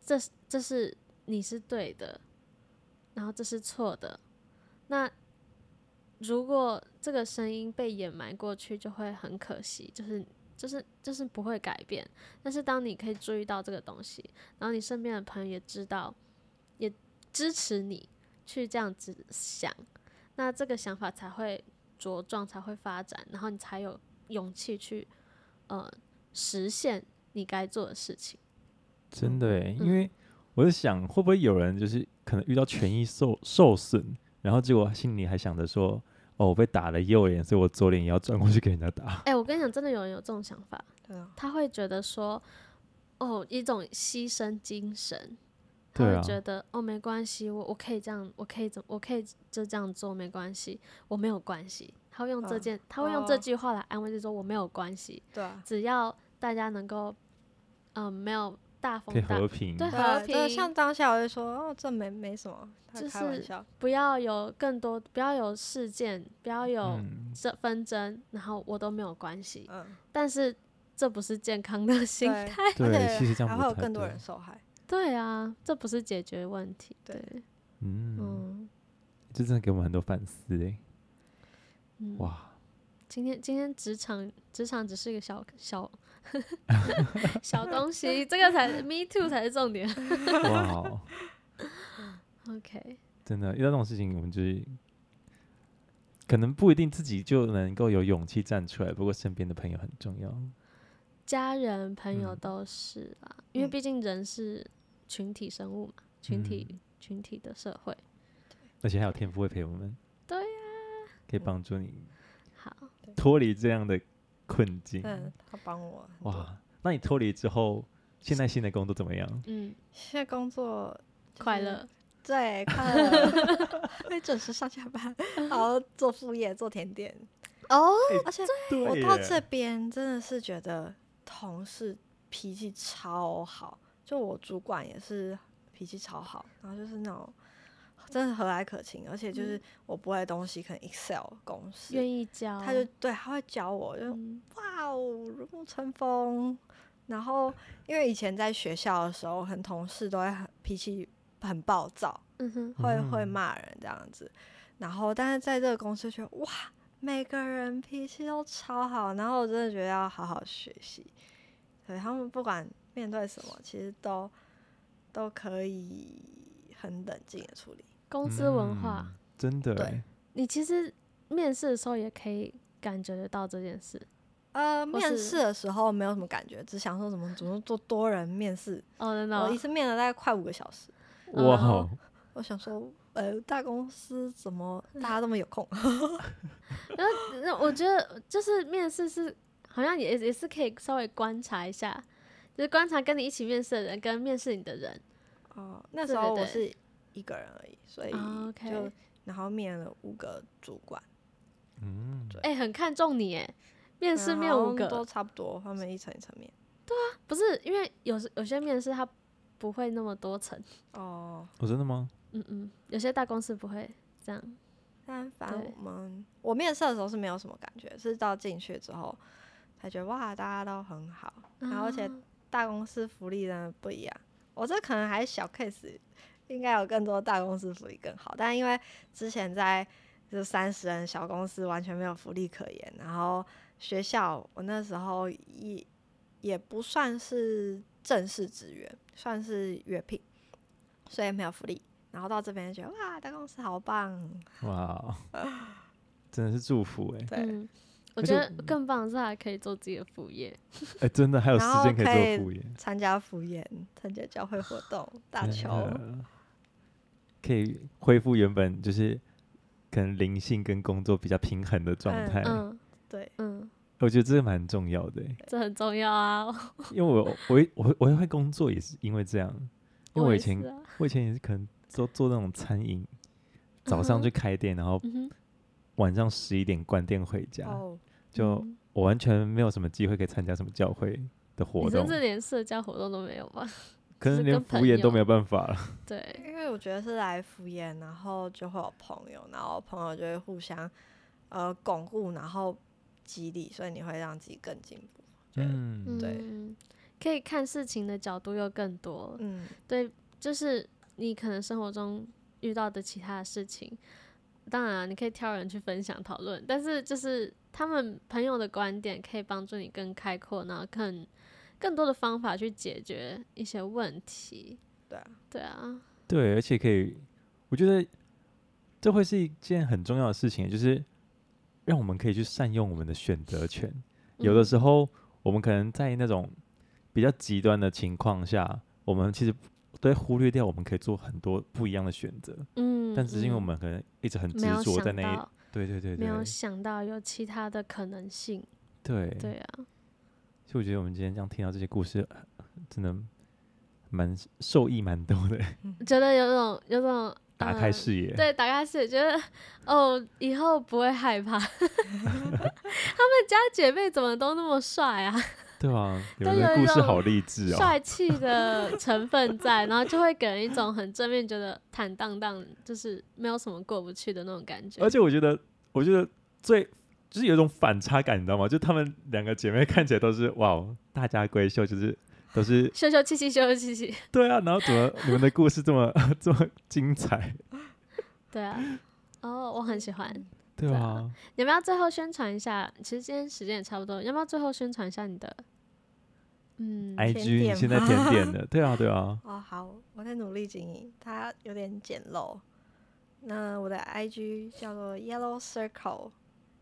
Speaker 2: 这是这是你是对的，然后这是错的。那如果这个声音被掩埋过去，就会很可惜，就是就是就是不会改变。但是当你可以注意到这个东西，然后你身边的朋友也知道，也支持你去这样子想，那这个想法才会茁壮，才会发展，然后你才有勇气去呃实现你该做的事情。
Speaker 3: 真的欸，因
Speaker 2: 嗯
Speaker 3: 为我在想，会不会有人就是可能遇到权益受受损，然后结果心里还想着说，哦，我被打了右脸，所以我左脸也要转过去给人家打。
Speaker 2: 哎、我跟你讲，真的有人有这种想法，
Speaker 1: 对啊，
Speaker 2: 他会觉得说，哦，一种牺牲精神，他
Speaker 3: 对啊
Speaker 2: 会觉得、哦，没关系，我我可以这样，我可以怎，我可以就这样做，没关系，我没有关系。他会用这
Speaker 1: 嗯
Speaker 2: 件，他会用这
Speaker 1: 哦
Speaker 2: 句话来安慰自己说，我没有关系，
Speaker 1: 对啊，
Speaker 2: 只要大家能够，嗯、没有大
Speaker 3: 可以
Speaker 2: 风大
Speaker 3: 和平，
Speaker 2: 对
Speaker 1: 对啊
Speaker 2: 和
Speaker 1: 对啊
Speaker 2: 平
Speaker 1: 像当下我就说，哦，这没没什么，他
Speaker 2: 就
Speaker 1: 开玩
Speaker 2: 是
Speaker 1: 笑，
Speaker 2: 不要有更多，不要有事件，不要有
Speaker 3: 嗯，
Speaker 2: 这纷争，然后我都没有关系。
Speaker 1: 嗯，
Speaker 2: 但是这不是健康的 心
Speaker 1: 对
Speaker 2: 态，
Speaker 1: 而
Speaker 3: 对，
Speaker 1: 且
Speaker 3: 其实这样
Speaker 1: 还
Speaker 3: 不
Speaker 1: 会有
Speaker 3: 太
Speaker 1: 更多
Speaker 3: 对
Speaker 1: 人，受害，
Speaker 2: 对啊，这不是解决问题。
Speaker 1: 对
Speaker 2: 对，
Speaker 3: 嗯，
Speaker 2: 嗯
Speaker 3: 这真的给我们很多反思哎，
Speaker 2: 嗯，
Speaker 3: 哇，
Speaker 2: 今天今天职场职场只是一个小 小小东西，这个才 me too 才是重点。
Speaker 3: 哇哦，
Speaker 2: OK，
Speaker 3: 真的遇到这种事情，我们就是。可能不一定自己就能够有勇气站出来，不过身边的朋友很重要。
Speaker 2: 家人朋友
Speaker 3: 嗯
Speaker 2: 都是啦，因为
Speaker 1: 嗯
Speaker 2: 毕竟人是群体生物嘛，群体、
Speaker 3: 嗯
Speaker 2: 群体的社会。
Speaker 3: 而且还有天赋会陪我们。
Speaker 2: 对啊
Speaker 3: 呀、可以帮助你
Speaker 2: 好，
Speaker 3: 脱离这样的困境。
Speaker 1: 嗯，他帮我很多，
Speaker 3: 哇，那你脱离之后，现在新的工作怎么样？
Speaker 2: 嗯，
Speaker 1: 现在工作
Speaker 2: 快
Speaker 1: 就是
Speaker 2: 乐。
Speaker 1: 对，快乐， 会准时上下班，然后做副业，做甜点。
Speaker 2: 哦，
Speaker 1: 而且
Speaker 3: 对
Speaker 1: 我到这边真的是觉得同事脾气超好，就我主管也是脾气超好，然后就是那种真的和蔼可亲，而且就是我不会的东西，可能 Excel 公式，
Speaker 2: 嗯愿意教，
Speaker 1: 他就对他会教我，就
Speaker 2: 嗯
Speaker 1: 哇哦，如沐春风。然后因为以前在学校的时候，很同事都会很脾气很暴躁，
Speaker 2: 嗯哼，
Speaker 1: 会会
Speaker 3: 嗯
Speaker 1: 骂人这样子。然后，但是在这个公司觉得哇，每个人脾气都超好，然后我真的觉得要好好学习。对他们不管面对什么，其实都都可以很冷静的处理。
Speaker 2: 公司文化，
Speaker 3: 嗯真的
Speaker 1: 对
Speaker 3: 欸
Speaker 2: 你其实面试的时候也可以感觉得到这件事
Speaker 1: 呃，
Speaker 2: 或
Speaker 1: 面
Speaker 2: 是
Speaker 1: 试的时候没有什么感觉，只想说怎么怎么做多人面试，
Speaker 2: 哦，真的
Speaker 1: 我
Speaker 2: 哦
Speaker 1: 一，次面了大概快五个小时。
Speaker 2: 嗯
Speaker 3: 哇哦，
Speaker 1: 我想说，呃，大公司怎么大家这么有 空？
Speaker 2: 然后那我觉得就是面试是好像也也是可以稍微观察一下，就是观察跟你一起面试的人跟面试你的人，
Speaker 1: 哦，那
Speaker 2: 对
Speaker 1: 时
Speaker 2: 对
Speaker 1: 候我
Speaker 2: 对
Speaker 1: 是一个人而已，所以
Speaker 2: 哦，OK
Speaker 1: 就然后面了五个主管，
Speaker 3: 嗯，
Speaker 2: 哎、很看重你哎，面试
Speaker 1: 然后
Speaker 2: 面
Speaker 1: 好
Speaker 2: 五
Speaker 1: 像都
Speaker 2: 个，
Speaker 1: 差不多，他们一层一层面。
Speaker 2: 不是因为有时有些面试它不会那么多层，
Speaker 1: 哦，
Speaker 3: 哦，真的吗？
Speaker 2: 嗯嗯，有些大公司不会这样，
Speaker 1: 但反正
Speaker 2: 对
Speaker 1: 我们我面试的时候是没有什么感觉，是到进去之后才觉得哇，大家都很好，然后而且
Speaker 3: 哦
Speaker 2: 啊
Speaker 1: 大公司福利真的不一样。我这可能还是小 case，应该有更多大公司福利更好。但因为之前在就三十人小公司完全没有福利可言，然后学校我那时候也也不算是正式职员，算是约聘，所以没有福利。然后到这边就觉得哇，大公司好棒，
Speaker 3: 哇，真的是祝福哎、
Speaker 1: 对，
Speaker 2: 嗯，我
Speaker 3: 而
Speaker 2: 觉
Speaker 3: 且
Speaker 2: 得更棒的是还可以做自己的副业，
Speaker 3: 哎、真的还有时
Speaker 1: 然后
Speaker 3: 间可
Speaker 1: 可以
Speaker 3: 以做副业，
Speaker 1: 参加服演，参加教会活动，打
Speaker 3: 真
Speaker 1: 球，
Speaker 3: 的可以恢复原本就是可能灵性跟工作比较平衡的状
Speaker 1: 嗯
Speaker 3: 态、
Speaker 2: 嗯
Speaker 1: 对，
Speaker 2: 嗯，
Speaker 3: 我觉得这个蛮重要的欸、
Speaker 2: 这很重要啊，
Speaker 3: 因为我我一我我会工作也是因为这样，因为我
Speaker 2: 也
Speaker 3: 以前
Speaker 2: 是啊
Speaker 3: 我以前也是可能都做那种餐饮，早
Speaker 2: 嗯
Speaker 3: 上
Speaker 2: 哼
Speaker 3: 去开店，然后
Speaker 2: 嗯哼，
Speaker 3: 晚上十一点关店回家，
Speaker 1: 哦，
Speaker 3: 就
Speaker 2: 嗯
Speaker 3: 我完全没有什么机会可以参加什么教会的活
Speaker 2: 你
Speaker 3: 动
Speaker 2: 甚，至连社交活动都没有吧？只
Speaker 3: 可能
Speaker 2: 是
Speaker 3: 连
Speaker 2: 跟
Speaker 3: 服务
Speaker 2: 朋
Speaker 3: 员都
Speaker 2: 友
Speaker 3: 没有办法了。
Speaker 2: 对，
Speaker 1: 因为我觉得是来敷衍，然后就会有朋友，然后朋友就会互相呃巩固，然后激励，所以你会让自己更进步。对
Speaker 3: 嗯，
Speaker 1: 对
Speaker 2: 嗯，可以看事情的角度又更多，
Speaker 1: 嗯，
Speaker 2: 对，就是你可能生活中遇到的其他的事情，当然啊、你可以挑人去分享讨论，但是就是他们朋友的观点可以帮助你更开阔，然后更更多的方法去解决一些问题。
Speaker 1: 对啊，
Speaker 2: 对啊，
Speaker 3: 对，而且可以，我觉得这会是一件很重要的事情，就是让我们可以去善用我们的选择权。有的
Speaker 2: 嗯
Speaker 3: 时候，我们可能在那种比较极端的情况下，我们其实都会忽略掉我们可以做很多不一样的选择，
Speaker 2: 嗯，
Speaker 3: 但只是因为我
Speaker 2: 嗯
Speaker 3: 们可能一直很执
Speaker 2: 没有
Speaker 3: 着在
Speaker 2: 想
Speaker 3: 那一，
Speaker 2: 到，
Speaker 3: 对对对
Speaker 2: 没
Speaker 3: 对
Speaker 2: 有想到有其他的可能性。
Speaker 3: 对
Speaker 2: 对啊，
Speaker 3: 所以我觉得我们今天这样听到这些故事，呃真的蛮受益蛮多的，
Speaker 1: 嗯
Speaker 2: 觉得有种有种
Speaker 3: 打开
Speaker 2: 嗯
Speaker 3: 视野。
Speaker 2: 对，打开视野，觉得 哦，以后不会害怕。 他们家姐妹怎么都那么帅啊，
Speaker 3: 对啊，你
Speaker 2: 都
Speaker 3: 们的
Speaker 2: 有一
Speaker 3: 故事
Speaker 2: 种
Speaker 3: 好励志哦。
Speaker 2: 帅气的成分在，然后就会给人一种很正面，觉得坦荡荡，就是没有什么过不去的那种感觉。
Speaker 3: 而且我觉得，我觉得最就是有一种反差感，你知道吗？就她们两个姐妹看起来都是哇，哦大家闺秀，就是都是
Speaker 2: 秀秀气气，秀秀气气，
Speaker 3: 对啊。然后怎么你们的故事这么 这么精彩？
Speaker 2: 对啊。 哦，我很喜欢。
Speaker 3: 对
Speaker 2: 对
Speaker 3: 啊
Speaker 2: 啊，你要不要最后宣传一下？其实今天时间也差不多，要不要最后宣传一下你的？嗯，
Speaker 3: ，IG
Speaker 1: 甜点
Speaker 3: 你现在
Speaker 1: 吗
Speaker 3: 甜点的，对啊对啊，
Speaker 1: 哦，好，我在努力经营，它有点简陋。那我的 IG 叫做 Yellow Circle，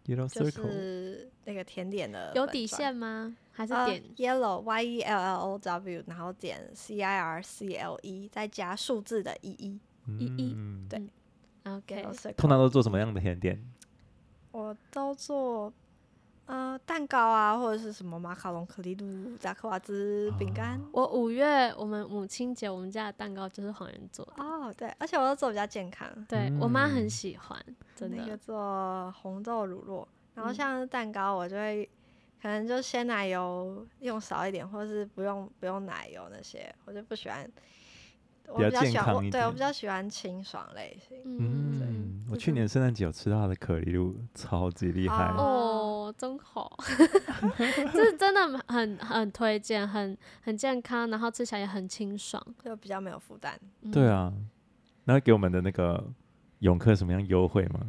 Speaker 3: Yellow
Speaker 1: 就
Speaker 3: Circle，
Speaker 1: 是那个甜点的
Speaker 2: 有
Speaker 1: 粉
Speaker 2: 底
Speaker 1: 专
Speaker 2: 线吗？还是
Speaker 1: 呃
Speaker 2: 点？
Speaker 1: yellow y e l l o w，然后点 c i r c l e，再加数字的一一
Speaker 2: 一一
Speaker 3: 嗯，
Speaker 1: 对
Speaker 2: OK，
Speaker 1: yellow circle。
Speaker 3: 通常都做什么样的甜点？
Speaker 1: 我都做呃蛋糕啊，或者是什么马卡龙、可丽露、扎克瓦兹饼干。
Speaker 2: 我五月我们母亲节，我们家的蛋糕就是黄人做的，
Speaker 1: 哦，对，而且我都做比较健康，
Speaker 2: 对、我妈很
Speaker 3: 嗯
Speaker 2: 喜欢，真的。
Speaker 1: 那个做红豆乳酪，然后
Speaker 2: 嗯
Speaker 1: 像是蛋糕，我就会可能就鲜奶油用少一点，或是不用不用奶油那些，我就不喜欢。我
Speaker 3: 比较
Speaker 1: 比较喜
Speaker 3: 健
Speaker 1: 欢，
Speaker 3: 康
Speaker 1: 我
Speaker 3: 一
Speaker 1: 对我
Speaker 3: 点
Speaker 1: 比较喜欢清爽类型。
Speaker 2: 嗯，
Speaker 3: 嗯，
Speaker 2: 对
Speaker 3: 我
Speaker 2: 就
Speaker 3: 去
Speaker 2: 是
Speaker 3: 年圣诞节有吃到她的可丽露，超级厉害。
Speaker 1: 哦
Speaker 2: 哦，真好，这是真的很很推荐，很很健康，然后吃起来也很清爽。
Speaker 1: 就比较没有负担。
Speaker 2: 嗯
Speaker 3: 对，啊，然后给我们的那个泳客什么样优惠吗？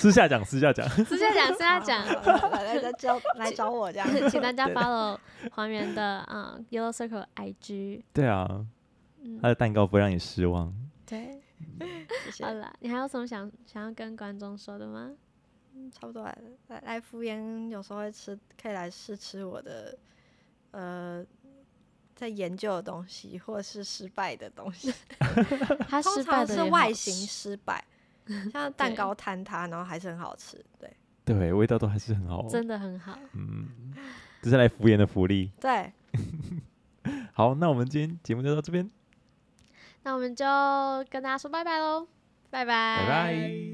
Speaker 3: 私下讲，私下讲。
Speaker 2: 直接讲，直接讲，
Speaker 1: 来来找来找我这样。
Speaker 2: 请大家 follow 黄源的啊、Yellow Circle IG。
Speaker 3: 对啊，
Speaker 2: 嗯
Speaker 3: 他，的蛋糕不会让你失望。
Speaker 2: 对，
Speaker 1: 谢谢
Speaker 2: 好，了，你还有什么想想要跟观众说的吗？
Speaker 1: 嗯差不多来来来福研，有时候会吃，可以来试吃我的呃在研究的东西，或是失败的东西。
Speaker 2: 他失
Speaker 1: 通
Speaker 2: 败
Speaker 1: 常
Speaker 2: 的
Speaker 1: 是
Speaker 2: 也
Speaker 1: 外
Speaker 2: 好
Speaker 1: 形
Speaker 2: 吃
Speaker 1: 失败， 像蛋糕坍塌，然后还是很好吃。对
Speaker 3: 对，味道都还是很好。
Speaker 2: 真的很好。
Speaker 3: 嗯，这是来敷衍的福利。
Speaker 1: 对，
Speaker 3: 好，那我们今天节目就到这边，
Speaker 2: 那我们就跟大家说拜拜喽，拜拜，
Speaker 3: 拜拜。